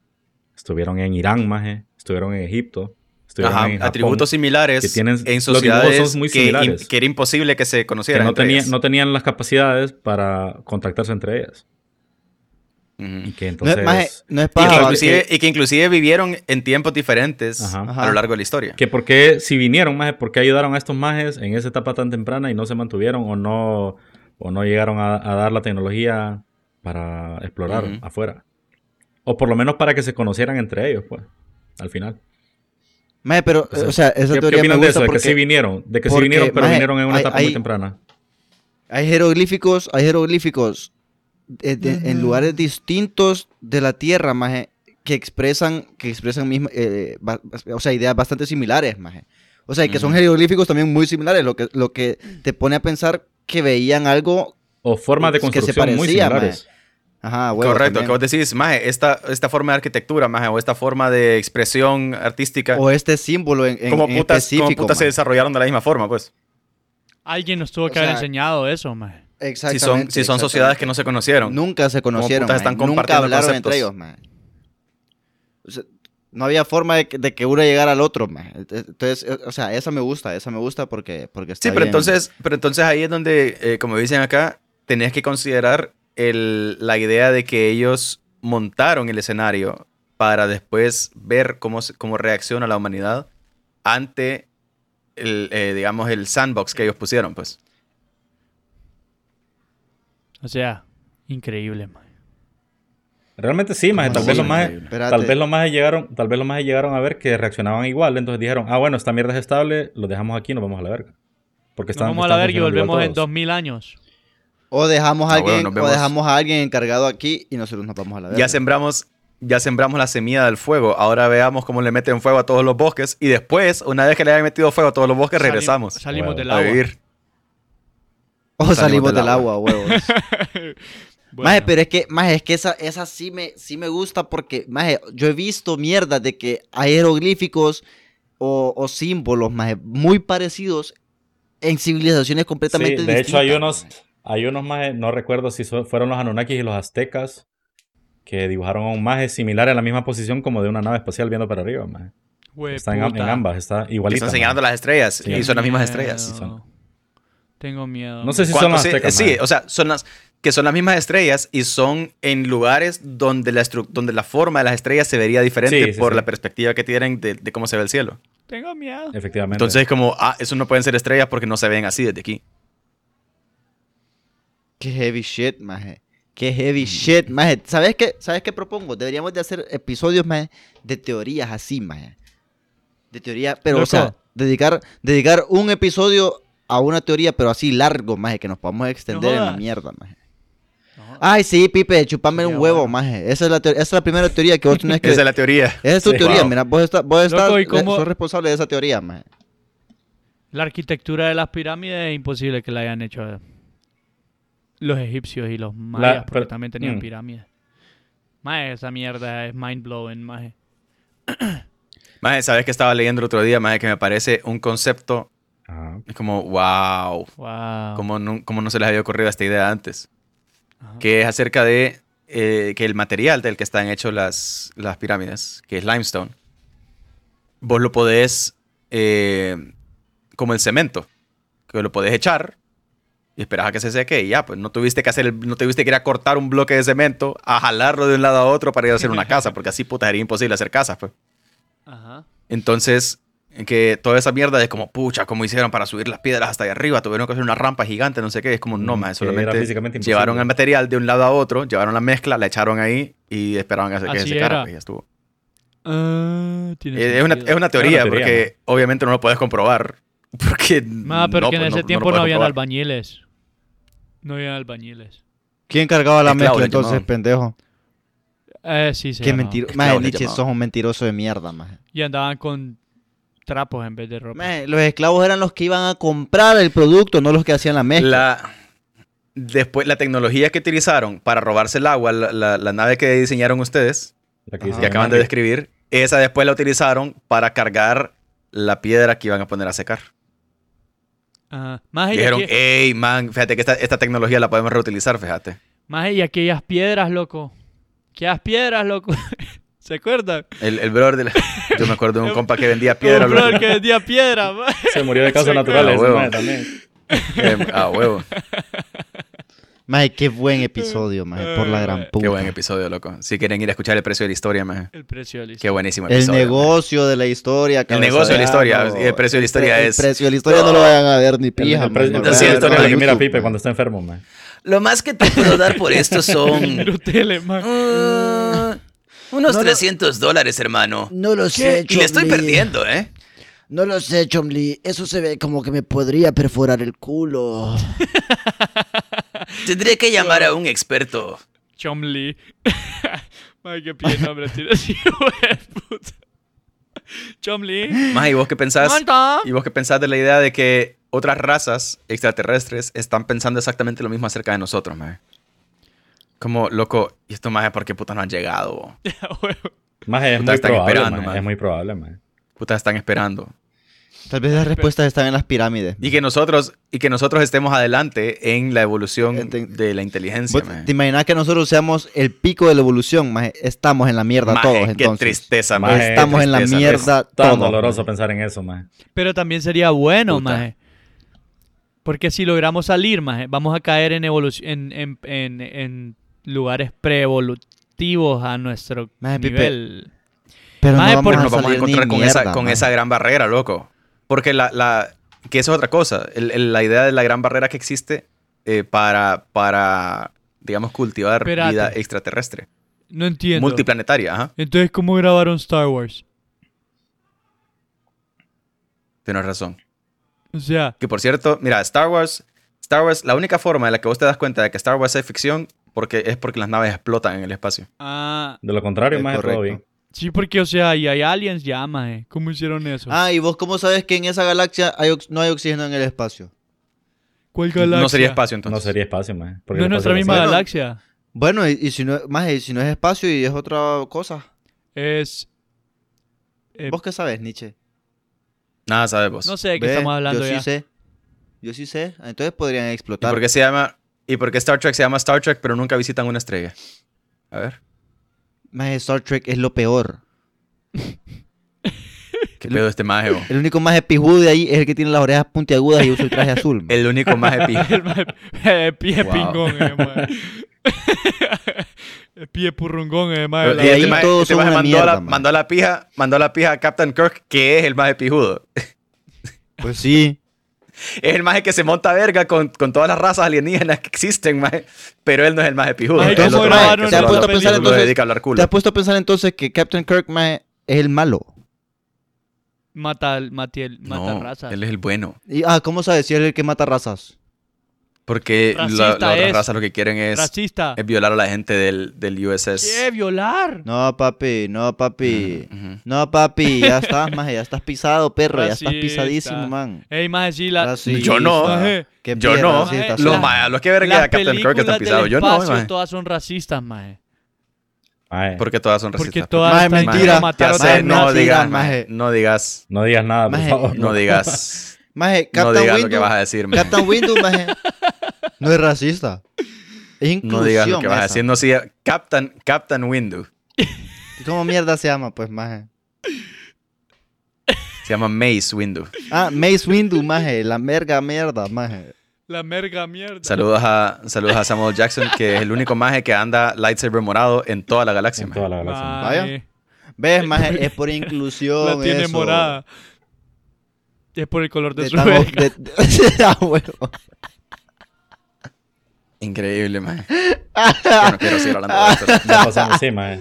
A: estuvieron en Irán, más estuvieron en Egipto, estuvieron
B: Ajá,
A: en Japón,
B: atributos similares
A: que tienen-
B: en
A: los dibujos
B: sociedades
A: son muy
B: que, im-
A: similares.
B: que era imposible que se
A: que
B: conocieran.
A: no,
B: entre
A: tenía-
B: ellas.
A: no tenían las capacidades para contactarse entre ellas.
B: Ujú.
A: Y que
C: No es,
A: entonces...
C: maje, no es
A: Ah,
B: Y que
C: paja, va,
B: inclusive- y que inclusive vivieron en tiempos diferentes
A: Ajá.
B: a lo largo de la historia.
A: Que por qué, si vinieron majes, por qué ayudaron a estos majes en esa etapa tan temprana y no se mantuvieron o no, o no llegaron a, a dar la tecnología para explorar
B: Ujú.
A: afuera. O por lo menos para que se conocieran entre ellos, pues, al final.
C: Maje, pero,
A: O sea,
C: o sea,
A: ¿Qué,
C: esa
A: qué
C: teoría me
A: opinan de
C: gusta
A: eso? De que
C: porque
A: sí vinieron, de que sí
C: porque,
A: vinieron, pero
C: maje,
A: vinieron en una
C: hay-
A: etapa muy
C: hay-
A: temprana.
C: hay jeroglíficos, hay jeroglíficos de- de- en lugares distintos de la Tierra, maje, que expresan, que expresan misma, eh, ba- o sea, ideas bastante similares, maje. O sea, y que son
B: Ujú.
C: jeroglíficos también muy similares, lo que, lo que te pone a pensar que veían algo,
A: O formas de
C: que se
A: construcción muy
C: parecía,
A: similares.
C: ajá, huevo,
B: Correcto,
C: también.
B: que vos decís, maje, esta, esta forma de arquitectura, maje, o esta forma de expresión artística,
C: o este símbolo en, en-
B: como
C: en
B: putas, cómo
C: específico,
B: putas se
C: maje.
B: desarrollaron de la misma forma, pues.
D: Alguien nos tuvo
C: O
D: que haber
C: sea,
D: enseñado eso, maje.
B: Si son,
C: Exactamente,
B: si son sociedades que no se conocieron.
C: Nunca se conocieron.
B: putas
C: mae.
B: están
C: Nunca
B: compartiendo
C: hablaron
B: conceptos.
C: entre ellos, mae. O sea, no había forma de que, de que uno llegara al otro, mae. Entonces, e-, o sea, esa me gusta, esa me gusta porque, porque está
B: Sí, pero
C: bien.
B: entonces, pero entonces ahí es donde, eh, como dicen acá, tenés que considerar el- la idea de que ellos montaron el escenario para después ver cómo, se- cómo reacciona la humanidad ante el, eh, digamos, el sandbox que ellos pusieron, pues.
D: O sea, increíble, maje.
A: Realmente sí, maje,
C: ¿Cómo
A: tal vez
C: así?
A: los majes,
C: Espérate.
A: tal vez los majes llegaron, tal vez los majes llegaron a ver que reaccionaban igual, entonces dijeron, ah bueno, esta mierda es estable, lo dejamos aquí y nos vamos a la verga. Porque
D: Nos
A: están,
D: vamos a la
A: están
D: verga y
A: funcionando igual
D: volvemos en
A: todos.
D: 2000 años.
C: O dejamos, a
B: Ah,
C: alguien,
B: bueno, nos
C: o
B: vemos.
C: dejamos a alguien encargado aquí y nosotros nos vamos a la verga.
B: Ya sembramos, ya sembramos la semilla del fuego. Ahora veamos cómo le meten fuego a todos los bosques. Y después, una vez que le hayan metido fuego a todos los bosques,
D: Salim-
B: regresamos
D: Salimos
A: Wow.
D: del
B: a
D: agua.
B: vivir.
C: o salimos, del agua, huevos.
D: Bueno,
C: Maje, pero es que, maje, es que esa, esa sí me, sí me gusta porque, maje, yo he visto mierdas de que hay jeroglíficos o, o símbolos, maje, muy parecidos en civilizaciones completamente
A: Sí,
C: distintas.
A: de hecho hay unos,
C: maje.
A: hay unos majes, no recuerdo si so- fueron los Anunnakis y los aztecas, que dibujaron a un maje similar en la misma posición como de una nave espacial viendo para arriba, maje.
D: hue
A: Está en, am- en
D: Eh, puta.
A: ambas, está
B: Y
A: igualita.
B: están señalando
A: maje.
B: las estrellas.
A: Sí.
B: Y son las mismas
D: Miedo.
B: estrellas.
D: Tengo miedo.
A: No sé si son
B: ¿Cuántos
A: las
B: sí, eh,
A: aztecas.
B: sí,
A: maje.
B: o sea, son las que son las mismas estrellas y son en lugares donde la, estru- donde la forma de las estrellas se vería diferente
A: Sí, sí,
B: por
A: sí.
B: la perspectiva que tienen de, de cómo se ve el cielo.
D: Tengo miedo.
A: Efectivamente.
B: Entonces es como, ah, eso no pueden ser estrellas porque no se ven así desde aquí.
C: Qué heavy shit, maje. Qué heavy shit, maje. ¿Sabes qué, ¿Sabes qué propongo? Deberíamos de hacer episodios, maje, de teorías así, maje. De teoría, pero, o
A: Loco.
C: sea, dedicar, dedicar un episodio a una teoría, pero así largo, maje, que nos podamos extender en la
D: jodas.
C: mierda, maje.
D: No.
C: Ay, sí, Pipe, chupame
D: Sería
C: un huevo,
D: bueno.
C: maje. Esa es la, teo- esa es la primera teoría que vos tenés que...
B: Esa es
C: Esa
B: la teoría.
C: es tu
A: Sí.
C: teoría,
B: Wow.
C: mira, vos estás, vos estás,
D: Loco, ¿y
C: eh,
D: cómo-
C: sos responsable de esa teoría, maje.
D: La arquitectura de las pirámides es imposible que la hayan hecho eh. los egipcios y los mayas, porque
A: pero-
D: también tenían
A: mm.
D: pirámides. Maje, esa mierda es mind blowing, maje.
B: Maje, sabes que estaba leyendo el otro día, maje, que me parece un concepto
A: Ajá.
B: es como, wow,
D: Wow.
B: ¿cómo no, cómo no se les había ocurrido esta idea antes?
D: Ajá.
B: Que es acerca de eh, que el material del que están hechos las, las pirámides, que es limestone, vos lo podés, eh, como el cemento, que lo podés echar y esperas a que se seque y ya, pues no tuviste que hacer, el- no tuviste que ir a cortar un bloque de cemento, a jalarlo de un lado a otro para ir a hacer una casa, porque así puta sería imposible hacer casas, pues.
D: Ajá.
B: Entonces, que toda esa mierda es como, pucha, ¿cómo hicieron para subir las piedras hasta allá arriba? Tuvieron que hacer una rampa gigante, no sé qué. Es como, no,
A: Mm,
B: más,
A: que era
B: solamente
A: físicamente imposible.
B: llevaron el material de un lado a otro, llevaron la mezcla, la echaron ahí y esperaban a que se
D: Así
B: secara.
D: era.
B: pues, ya estuvo.
D: Ah, tiene
B: Eh, Es una,
D: sentido.
B: es una teoría,
A: teoría,
B: porque obviamente no lo puedes comprobar. Porque
D: Ma, pero
B: no,
D: que en
B: pues,
D: ese
B: lo
D: tiempo
B: puedes
D: no habían
B: comprobar.
D: albañiles. No habían albañiles.
C: ¿Quién cargaba la
B: Esclavo
C: mezcla
B: le
C: entonces,
B: llamaban.
C: pendejo?
D: Eh, sí, se
C: Qué
D: llamaban.
C: mentiro...
B: Esclavo
C: Maje,
B: le
C: Nietzsche,
B: llamaban.
C: sos un mentiroso de mierda, maje.
D: Y andaban con trapos en vez de ropa.
C: Maje, los esclavos eran los que iban a comprar el producto, no los que hacían la mezcla.
B: La, después, la tecnología que utilizaron para robarse el agua, la- la- la nave que diseñaron ustedes,
A: La
C: Ajá.
A: dice
B: que
C: Ah,
B: acaban de describir, esa después la utilizaron para cargar la piedra que iban a poner a secar.
D: Ajá. Maje, y
B: Dijeron,
D: aquí-
B: hey, man, fíjate que esta, esta tecnología la podemos reutilizar, fíjate.
D: Maje, y aquellas piedras, loco. Aquellas piedras, loco. ¿Se acuerdan?
B: El, el brother, de la- yo me acuerdo de un compa que vendía piedra.
D: Un
B: loco.
D: brother que vendía piedra, ma.
A: Se murió de causas
D: Sí,
A: naturales,
B: claro, huevo.
A: maje, también.
B: Em, ah, huevo.
C: Maje, qué buen episodio, maje, por la gran puta.
B: Eh, Qué buen episodio, loco. Si quieren ir a escuchar el precio de la historia, man.
D: El precio de
B: Qué buenísimo
C: El
B: episodio.
C: negocio de la historia.
B: El
C: cabeza
B: negocio de la historia.
C: ano.
B: El precio de la historia
C: El
B: es...
C: precio de la historia no lo vayan a ver ni
A: El-
C: pija,
A: el precio-
C: man.
A: el precio
B: Sí,
A: de la
B: esto no
A: historia que
B: lo
A: mira a
C: YouTube,
A: Pipe
C: man.
A: cuando está enfermo, man.
B: Lo más que te puedo dar por esto son...
D: Bruteles, ma.
B: ah, unos 300 dólares, hermano.
E: No lo sé,
B: Y le estoy
E: Chomli.
B: perdiendo, ¿eh?
E: No lo sé, Chomli. Eso se ve como que me podría perforar el culo.
B: Tendré que llamar a un experto.
D: Chomli. Maje, qué pie nombre tienes, hijo de puta. Chomli.
B: Más, ¿y vos qué pensás?
D: ¿Cuánto?
B: ¿Y vos qué pensás de la idea de que otras razas extraterrestres están pensando exactamente lo mismo acerca de nosotros, mae? Como, loco, ¿y esto más es porque puta no han llegado? bo?
A: Maje, es
B: Puta,
A: muy
B: están
A: probable,
B: esperando,
A: maje,
B: maje.
A: es muy probable, maje.
B: Puta, están esperando.
C: Tal vez las respuestas están en las pirámides.
B: Y que nosotros, y que nosotros estemos adelante en la evolución
C: Enten-
B: de la inteligencia,
C: Este, ¿Vos
B: mae.
C: ¿Te imaginas que nosotros seamos el pico de la evolución, maje? Estamos en la mierda
B: Mae,
C: todos,
B: qué
C: entonces.
B: tristeza, mae.
A: Maje,
C: Estamos en la
B: tristeza,
C: mierda
A: Tan
C: todos.
A: doloroso
C: maje.
A: pensar en eso, maje.
D: Pero también sería bueno,
B: Puta.
D: maje. Porque si logramos salir, maje, vamos a caer en, evolu- en, en, en, en lugares preevolutivos a nuestro
C: Maje, Pipe,
D: nivel.
C: Pero
D: Maje,
C: no vamos
D: por-
B: Pero
C: a
B: nos vamos a
C: salir ni
B: encontrar con, esa,
C: mierda,
B: con
C: maje.
B: esa gran barrera, loco. Porque la, la- que eso es otra cosa. El- el- la idea de la gran barrera que existe eh, para, para, digamos, cultivar
D: Espérate.
B: vida extraterrestre.
D: No entiendo.
B: Multiplanetaria, ajá.
D: Entonces, ¿cómo grabaron Star Wars?
B: Tienes razón.
D: O sea,
B: Que por cierto, mira, Star Wars, Star Wars, la única forma en la que vos te das cuenta de que Star Wars es ficción porque es porque las naves explotan en el espacio.
D: ah,
A: De lo contrario,
C: Es
A: más todo
C: correcto.
A: bien.
D: sí, porque, o sea, y hay aliens ya, maje. ¿Cómo hicieron eso?
C: Ah, ¿y vos cómo sabes que en esa galaxia hay ox- no hay oxígeno en el espacio?
D: ¿Cuál galaxia?
B: No sería espacio entonces.
A: No sería espacio, más.
D: No es nuestra misma
C: Bueno.
D: galaxia.
C: Bueno, y, y si no, más, y si no es espacio y es otra cosa.
D: Es. eh,
C: ¿Vos qué sabes, Nietzsche?
B: Nada sabemos.
D: no sé de qué
C: Ve,
D: estamos hablando
C: Yo
D: ya.
C: sí sé. Yo sí sé. Entonces podrían
B: ¿Y
C: explotar.
B: por qué se llama y por qué Star Trek se llama Star Trek pero nunca visitan una estrella? A ver.
C: Más Star Trek es lo peor.
B: ¿Qué pedo este maje? bo?
C: El único más epijudo de ahí es el que tiene las orejas puntiagudas y usa el traje azul. ma.
B: El único maje pi.
D: El mae- eh, pie
B: Wow.
D: pingón, eh, mae. El pie purrungón, eh, mae,
B: Y
D: la-
C: de
B: este
C: ahí
B: maje-
C: todos
B: este
C: son
B: maje
C: una
B: mandó,
C: mierda,
B: a la,
C: man.
B: mandó a la pija, mandó a la pija a Captain Kirk, que es el maje pijudo.
C: Pues sí.
B: Es el maje que se monta verga con, con todas las razas alienígenas que existen, maje. Pero él no es el maje pijudo.
D: Ay,
B: es el
C: ¿cómo
B: otro
C: grabaron
B: maje que
C: una
B: solo
C: puesto
B: habla-
C: a pensar
B: solo
C: entonces-
B: dedica a hablar culo.
C: ¿Te has puesto a pensar entonces que Captain Kirk ma, es el malo?
D: Mata, matiel, mata
B: No,
D: razas.
B: él es el bueno.
C: Y, ah, ¿cómo sabes si él es el que mata razas?
B: Porque la,
D: Racista
B: la otra
D: es.
B: raza lo que quieren es,
D: Racista.
B: es violar a la gente del, del USS.
D: ¿Qué? ¿Violar?
C: No, papi, no, papi.
B: Ujú.
C: No, papi, ya estás, maje, ya estás pisado, perro, ya
D: Racista.
C: estás pisadísimo, man.
D: Ey, maje, sí, la... eh,
C: Racista.
B: Yo no.
D: Maje,
C: Qué
B: Yo
C: pie
B: no.
C: racista
D: Maje,
C: soy.
B: Los
D: la-
B: ma- los que verga a
D: las
B: Captain Kirk que
D: películas
B: están
D: del
B: pisados. Yo no,
D: espacio
B: maje.
D: todas son racistas, maje.
B: Porque todas son racistas.
D: Porque todas
C: Maje,
D: están
B: Maje,
C: mentira.
D: a matar
B: ya
D: a
B: sé,
D: otras
C: maje,
B: no
D: razas.
B: digas,
C: maje.
B: maje, no digas,
A: No digas nada, por
C: Maje,
D: Oh,
A: favor.
B: no digas,
C: Maje,
B: no
C: Captain
B: digas
C: Windows,
B: lo que vas a decir, maje.
C: Captain Windows, maje, no es racista. Es inclusión,
B: No digas lo que vas a
C: esa.
B: decir, no sigas, Captain, Captain Window,
C: ¿Cómo mierda se llama, pues, maje?
B: se llama Mace Window.
C: Ah, Mace Windu, maje, la merga mierda, maje.
D: La merga mierda.
B: Saludos a, saludos a Samuel Jackson, que es el único maje que anda lightsaber morado en toda la galaxia,
A: En
B: maje.
A: toda la galaxia.
D: Maje,
C: Vaya. ¿Ves, maje? Es por inclusión
D: La tiene
C: eso.
D: morada. Es por el color de,
C: De
D: su
C: tan-
D: verga.
C: de- de- ah, huevo.
B: Increíble, maje. Yo no quiero seguir hablando de esto.
A: Ya pasamos, sí, maje.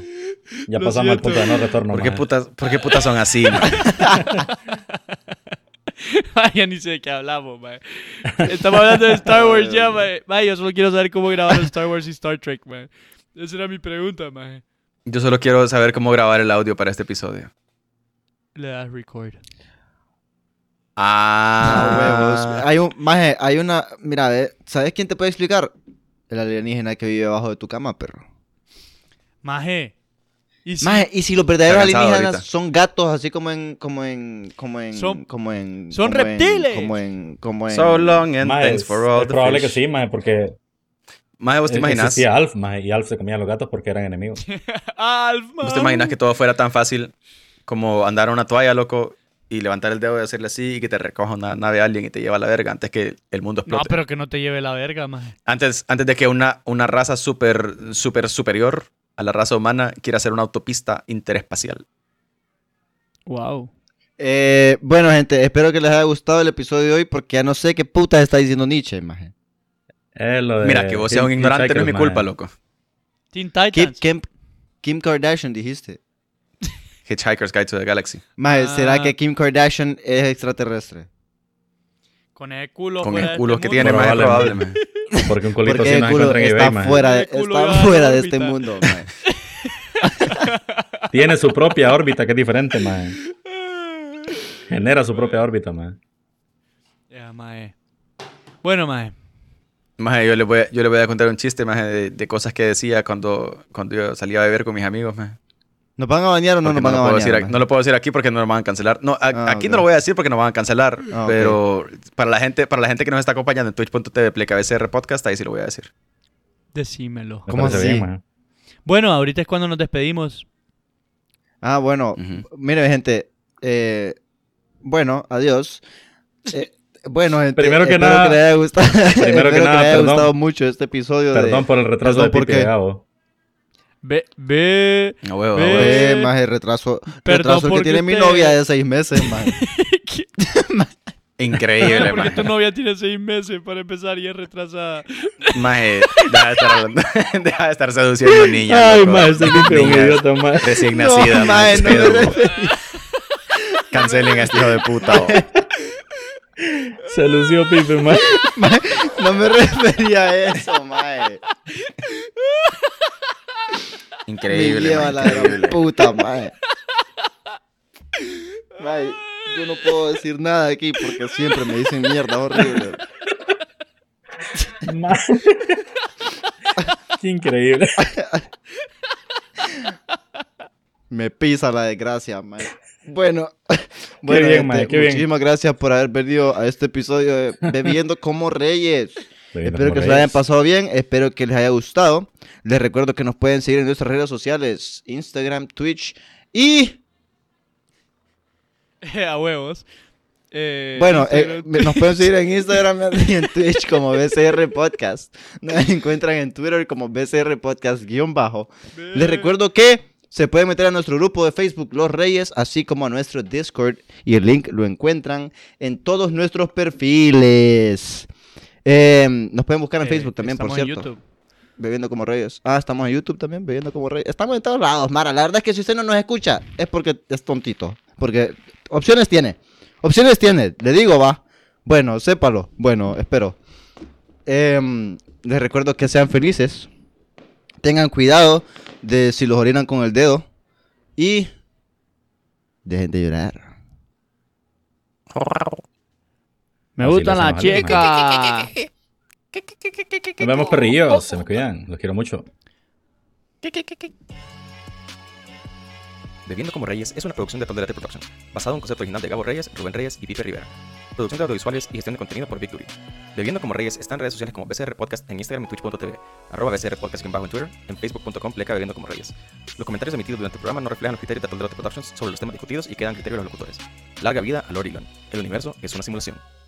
A: Ya
D: Lo
A: pasamos al
D: siento.
A: punto de no retorno,
B: ¿Por qué
A: maje.
B: putas, por qué putas son así, maje?
D: Vaya, ni sé de qué hablamos, mae. Estamos hablando de Star Wars ya, mae. Mae, yo solo quiero saber cómo grabaron Star Wars y Star Trek, mae. Esa era mi pregunta, mae.
B: Yo solo quiero saber cómo grabar el audio para este episodio.
D: Le das record.
C: Ah,
B: Ah,
C: huevos. Hay un, maje, hay una, mira, ve, ¿sabes quién te puede explicar? El alienígena que vive abajo de tu cama, perro.
D: Maje. Y si
C: Maje, y si los verdaderos
B: Está cansado
C: alienígenas
B: ahorita.
C: son gatos, así como en, como en, como en,
D: Son-
C: como en,
D: son
C: como en-
D: reptiles.
C: como en, como en.
B: so long and
A: Maje,
B: thanks
A: es,
B: for all
A: es
B: the
A: probable
B: fish.
A: que sí, maje, porque
B: Maje, ¿vos te
A: e-
B: imaginas?
A: existía Alf, maje, y Alf se comía a los gatos porque eran enemigos.
D: Alf, mae.
B: ¿Vos te imaginas que todo fuera tan fácil como andar a una toalla, loco, y levantar el dedo y hacerle así y que te recoja una nave alguien y te lleva a la verga antes que el mundo
D: No,
B: explote?
D: pero que no te lleve la verga, maje.
B: antes, antes de que una, una raza súper, súper superior a la raza humana quiera hacer una autopista interespacial.
D: Wow.
C: Eh, bueno, gente, espero que les haya gustado el episodio de hoy porque ya no sé qué putas está diciendo Nietzsche, maje.
A: Es lo de
B: Mira, que vos
A: Teen-
B: seas un
A: Teen
B: ignorante no es mi
A: Titans, maje.
B: culpa, loco.
D: Teen
C: Kim,
D: Titans.
C: Kim, Kim Kardashian dijiste.
B: Hitchhiker's Guide to the Galaxy.
C: Maje,
D: Ah.
C: ¿será que Kim Kardashian es extraterrestre?
D: Con ese culo
B: Con
D: fuera
B: el
D: de
B: culo
D: este
B: que
D: mundo.
B: tiene, más
A: Probable,
B: probable.
A: maje.
B: maje.
A: Porque un colito
C: Porque
A: sí
C: el
A: nos
C: culo
A: encuentra en
C: está
A: eBay, maje.
C: fuera, de-
D: El culo
C: está
D: iba a
C: fuera
D: la
C: de este
D: órbita.
C: mundo, maje.
A: Tiene su propia órbita que es diferente, maje. Genera su propia órbita, maje.
D: Ya, mae. Bueno, mae.
B: Maje, yo le voy a, yo le voy a contar un chiste, maje, de, de cosas que decía cuando, cuando yo salía a beber con mis amigos, maje.
C: ¿Nos van a bañar o no
B: Porque
C: nos
B: no,
C: van
B: lo
C: a
B: puedo
C: bañar?
B: decir, aquí-
C: maje?
B: no lo puedo decir aquí porque no lo van a cancelar. No, a-
C: Ah,
B: aquí
C: ok.
B: no lo voy a decir porque no van a cancelar.
C: Ah, ok.
B: Pero para la gente, para la gente que nos está acompañando en twitch.tv play KBCR podcast, ahí sí lo voy a decir.
D: Decímelo.
A: Me
C: ¿Cómo
A: parece
C: así?
A: bien, maje.
D: Bueno, ahorita es cuando nos despedimos.
C: Ah, bueno,
B: Ujú.
C: mire, gente. eh, bueno, adiós. Eh, bueno, gente,
A: Primero que
C: espero
A: nada-
C: le haya gustado, espero
A: que nada,
C: le haya
A: perdón.
C: gustado mucho este episodio.
A: Perdón por el retraso
C: Perdón,
A: de
C: ¿por
A: Pipe
C: qué?
A: de Gabo.
D: Ve, ve.
B: No, huevo,
D: Ve.
B: huevo.
C: de,
D: Eh,
C: Eh, más el retraso,
D: perdón
C: retraso que
D: porque
C: tiene mi
D: usted-
C: novia de seis meses, más.
D: ¿Qué?
B: Increíble,
D: porque
B: maje.
D: tu novia tiene seis meses para empezar y es retrasada.
B: Maje, deja de estar hablando- deja de estar seduciendo niñas.
A: Ay,
B: loco.
A: maje, ese Pipe es un
B: Niñas
A: idiota, maje.
B: Recién
C: No,
B: nacida, maje,
C: maje, no
B: qué pedo,
C: me
B: bo. Cancelen a este hijo de puta. bo.
A: Se lució Pipe, mae.
C: No me refería a eso, mae. Me
B: Increíble.
C: lleva
B: mae,
C: la gran
B: increíble.
C: puta, mae. Mae, yo no puedo decir nada aquí porque siempre me dicen mierda horrible.
A: Mae. Qué increíble.
C: Me pisa la desgracia, mae. Bueno,
A: bien, mae, qué bien.
C: muchísimas gracias por haber venido a este episodio de Bebiendo como Reyes. Espero que se lo hayan pasado bien, espero que les haya gustado. Les recuerdo que nos pueden seguir en nuestras redes sociales, Instagram, Twitch y...
D: a huevos. Eh,
C: Bueno, eh,
D: Instagram-
C: nos pueden seguir en Instagram y en Twitch como BCR Podcast. Nos encuentran en Twitter como BCR Podcast guión bajo. Les recuerdo que se pueden meter a nuestro grupo de Facebook Los Reyes, así como a nuestro Discord y el link lo encuentran en todos nuestros perfiles. Eh, nos pueden buscar en
D: Eh,
C: Facebook también, por
D: estamos en
C: cierto.
D: YouTube.
C: Bebiendo como Reyes. Ah, estamos en YouTube también, Bebiendo como Reyes. Estamos en todos lados, Mara. La verdad es que si usted no nos escucha, es porque es tontito. Porque opciones tiene. Opciones tiene. Le digo, va. Bueno, sépalo. Bueno, espero. Em, les recuerdo que sean felices. Tengan cuidado de si los orinan con el dedo. Y dejen de llorar.
D: Me
A: Así
D: gustan
A: lo
D: las
A: hacemos, Alex.
D: chicas.
A: Nos vemos, perrillos. Se me cuidan. Los quiero mucho.
B: Bebiendo como Reyes es una producción de Tondelete Production, basada en un concepto original de Gabo Reyes, Rubén Reyes y Pipe Rivera. Producción de audiovisuales y gestión de contenido por Victory. Bebiendo como Reyes está en redes sociales como BCR Podcast en Instagram y Twitch.tv, arroba BCR Podcast guión bajo en Twitter, en Facebook.com pleca Bebiendo como Reyes. Los comentarios emitidos durante el programa no reflejan los criterios de Tondelete Productions sobre los temas discutidos y quedan criterios de los locutores. Larga vida al Orilon. El universo es una simulación.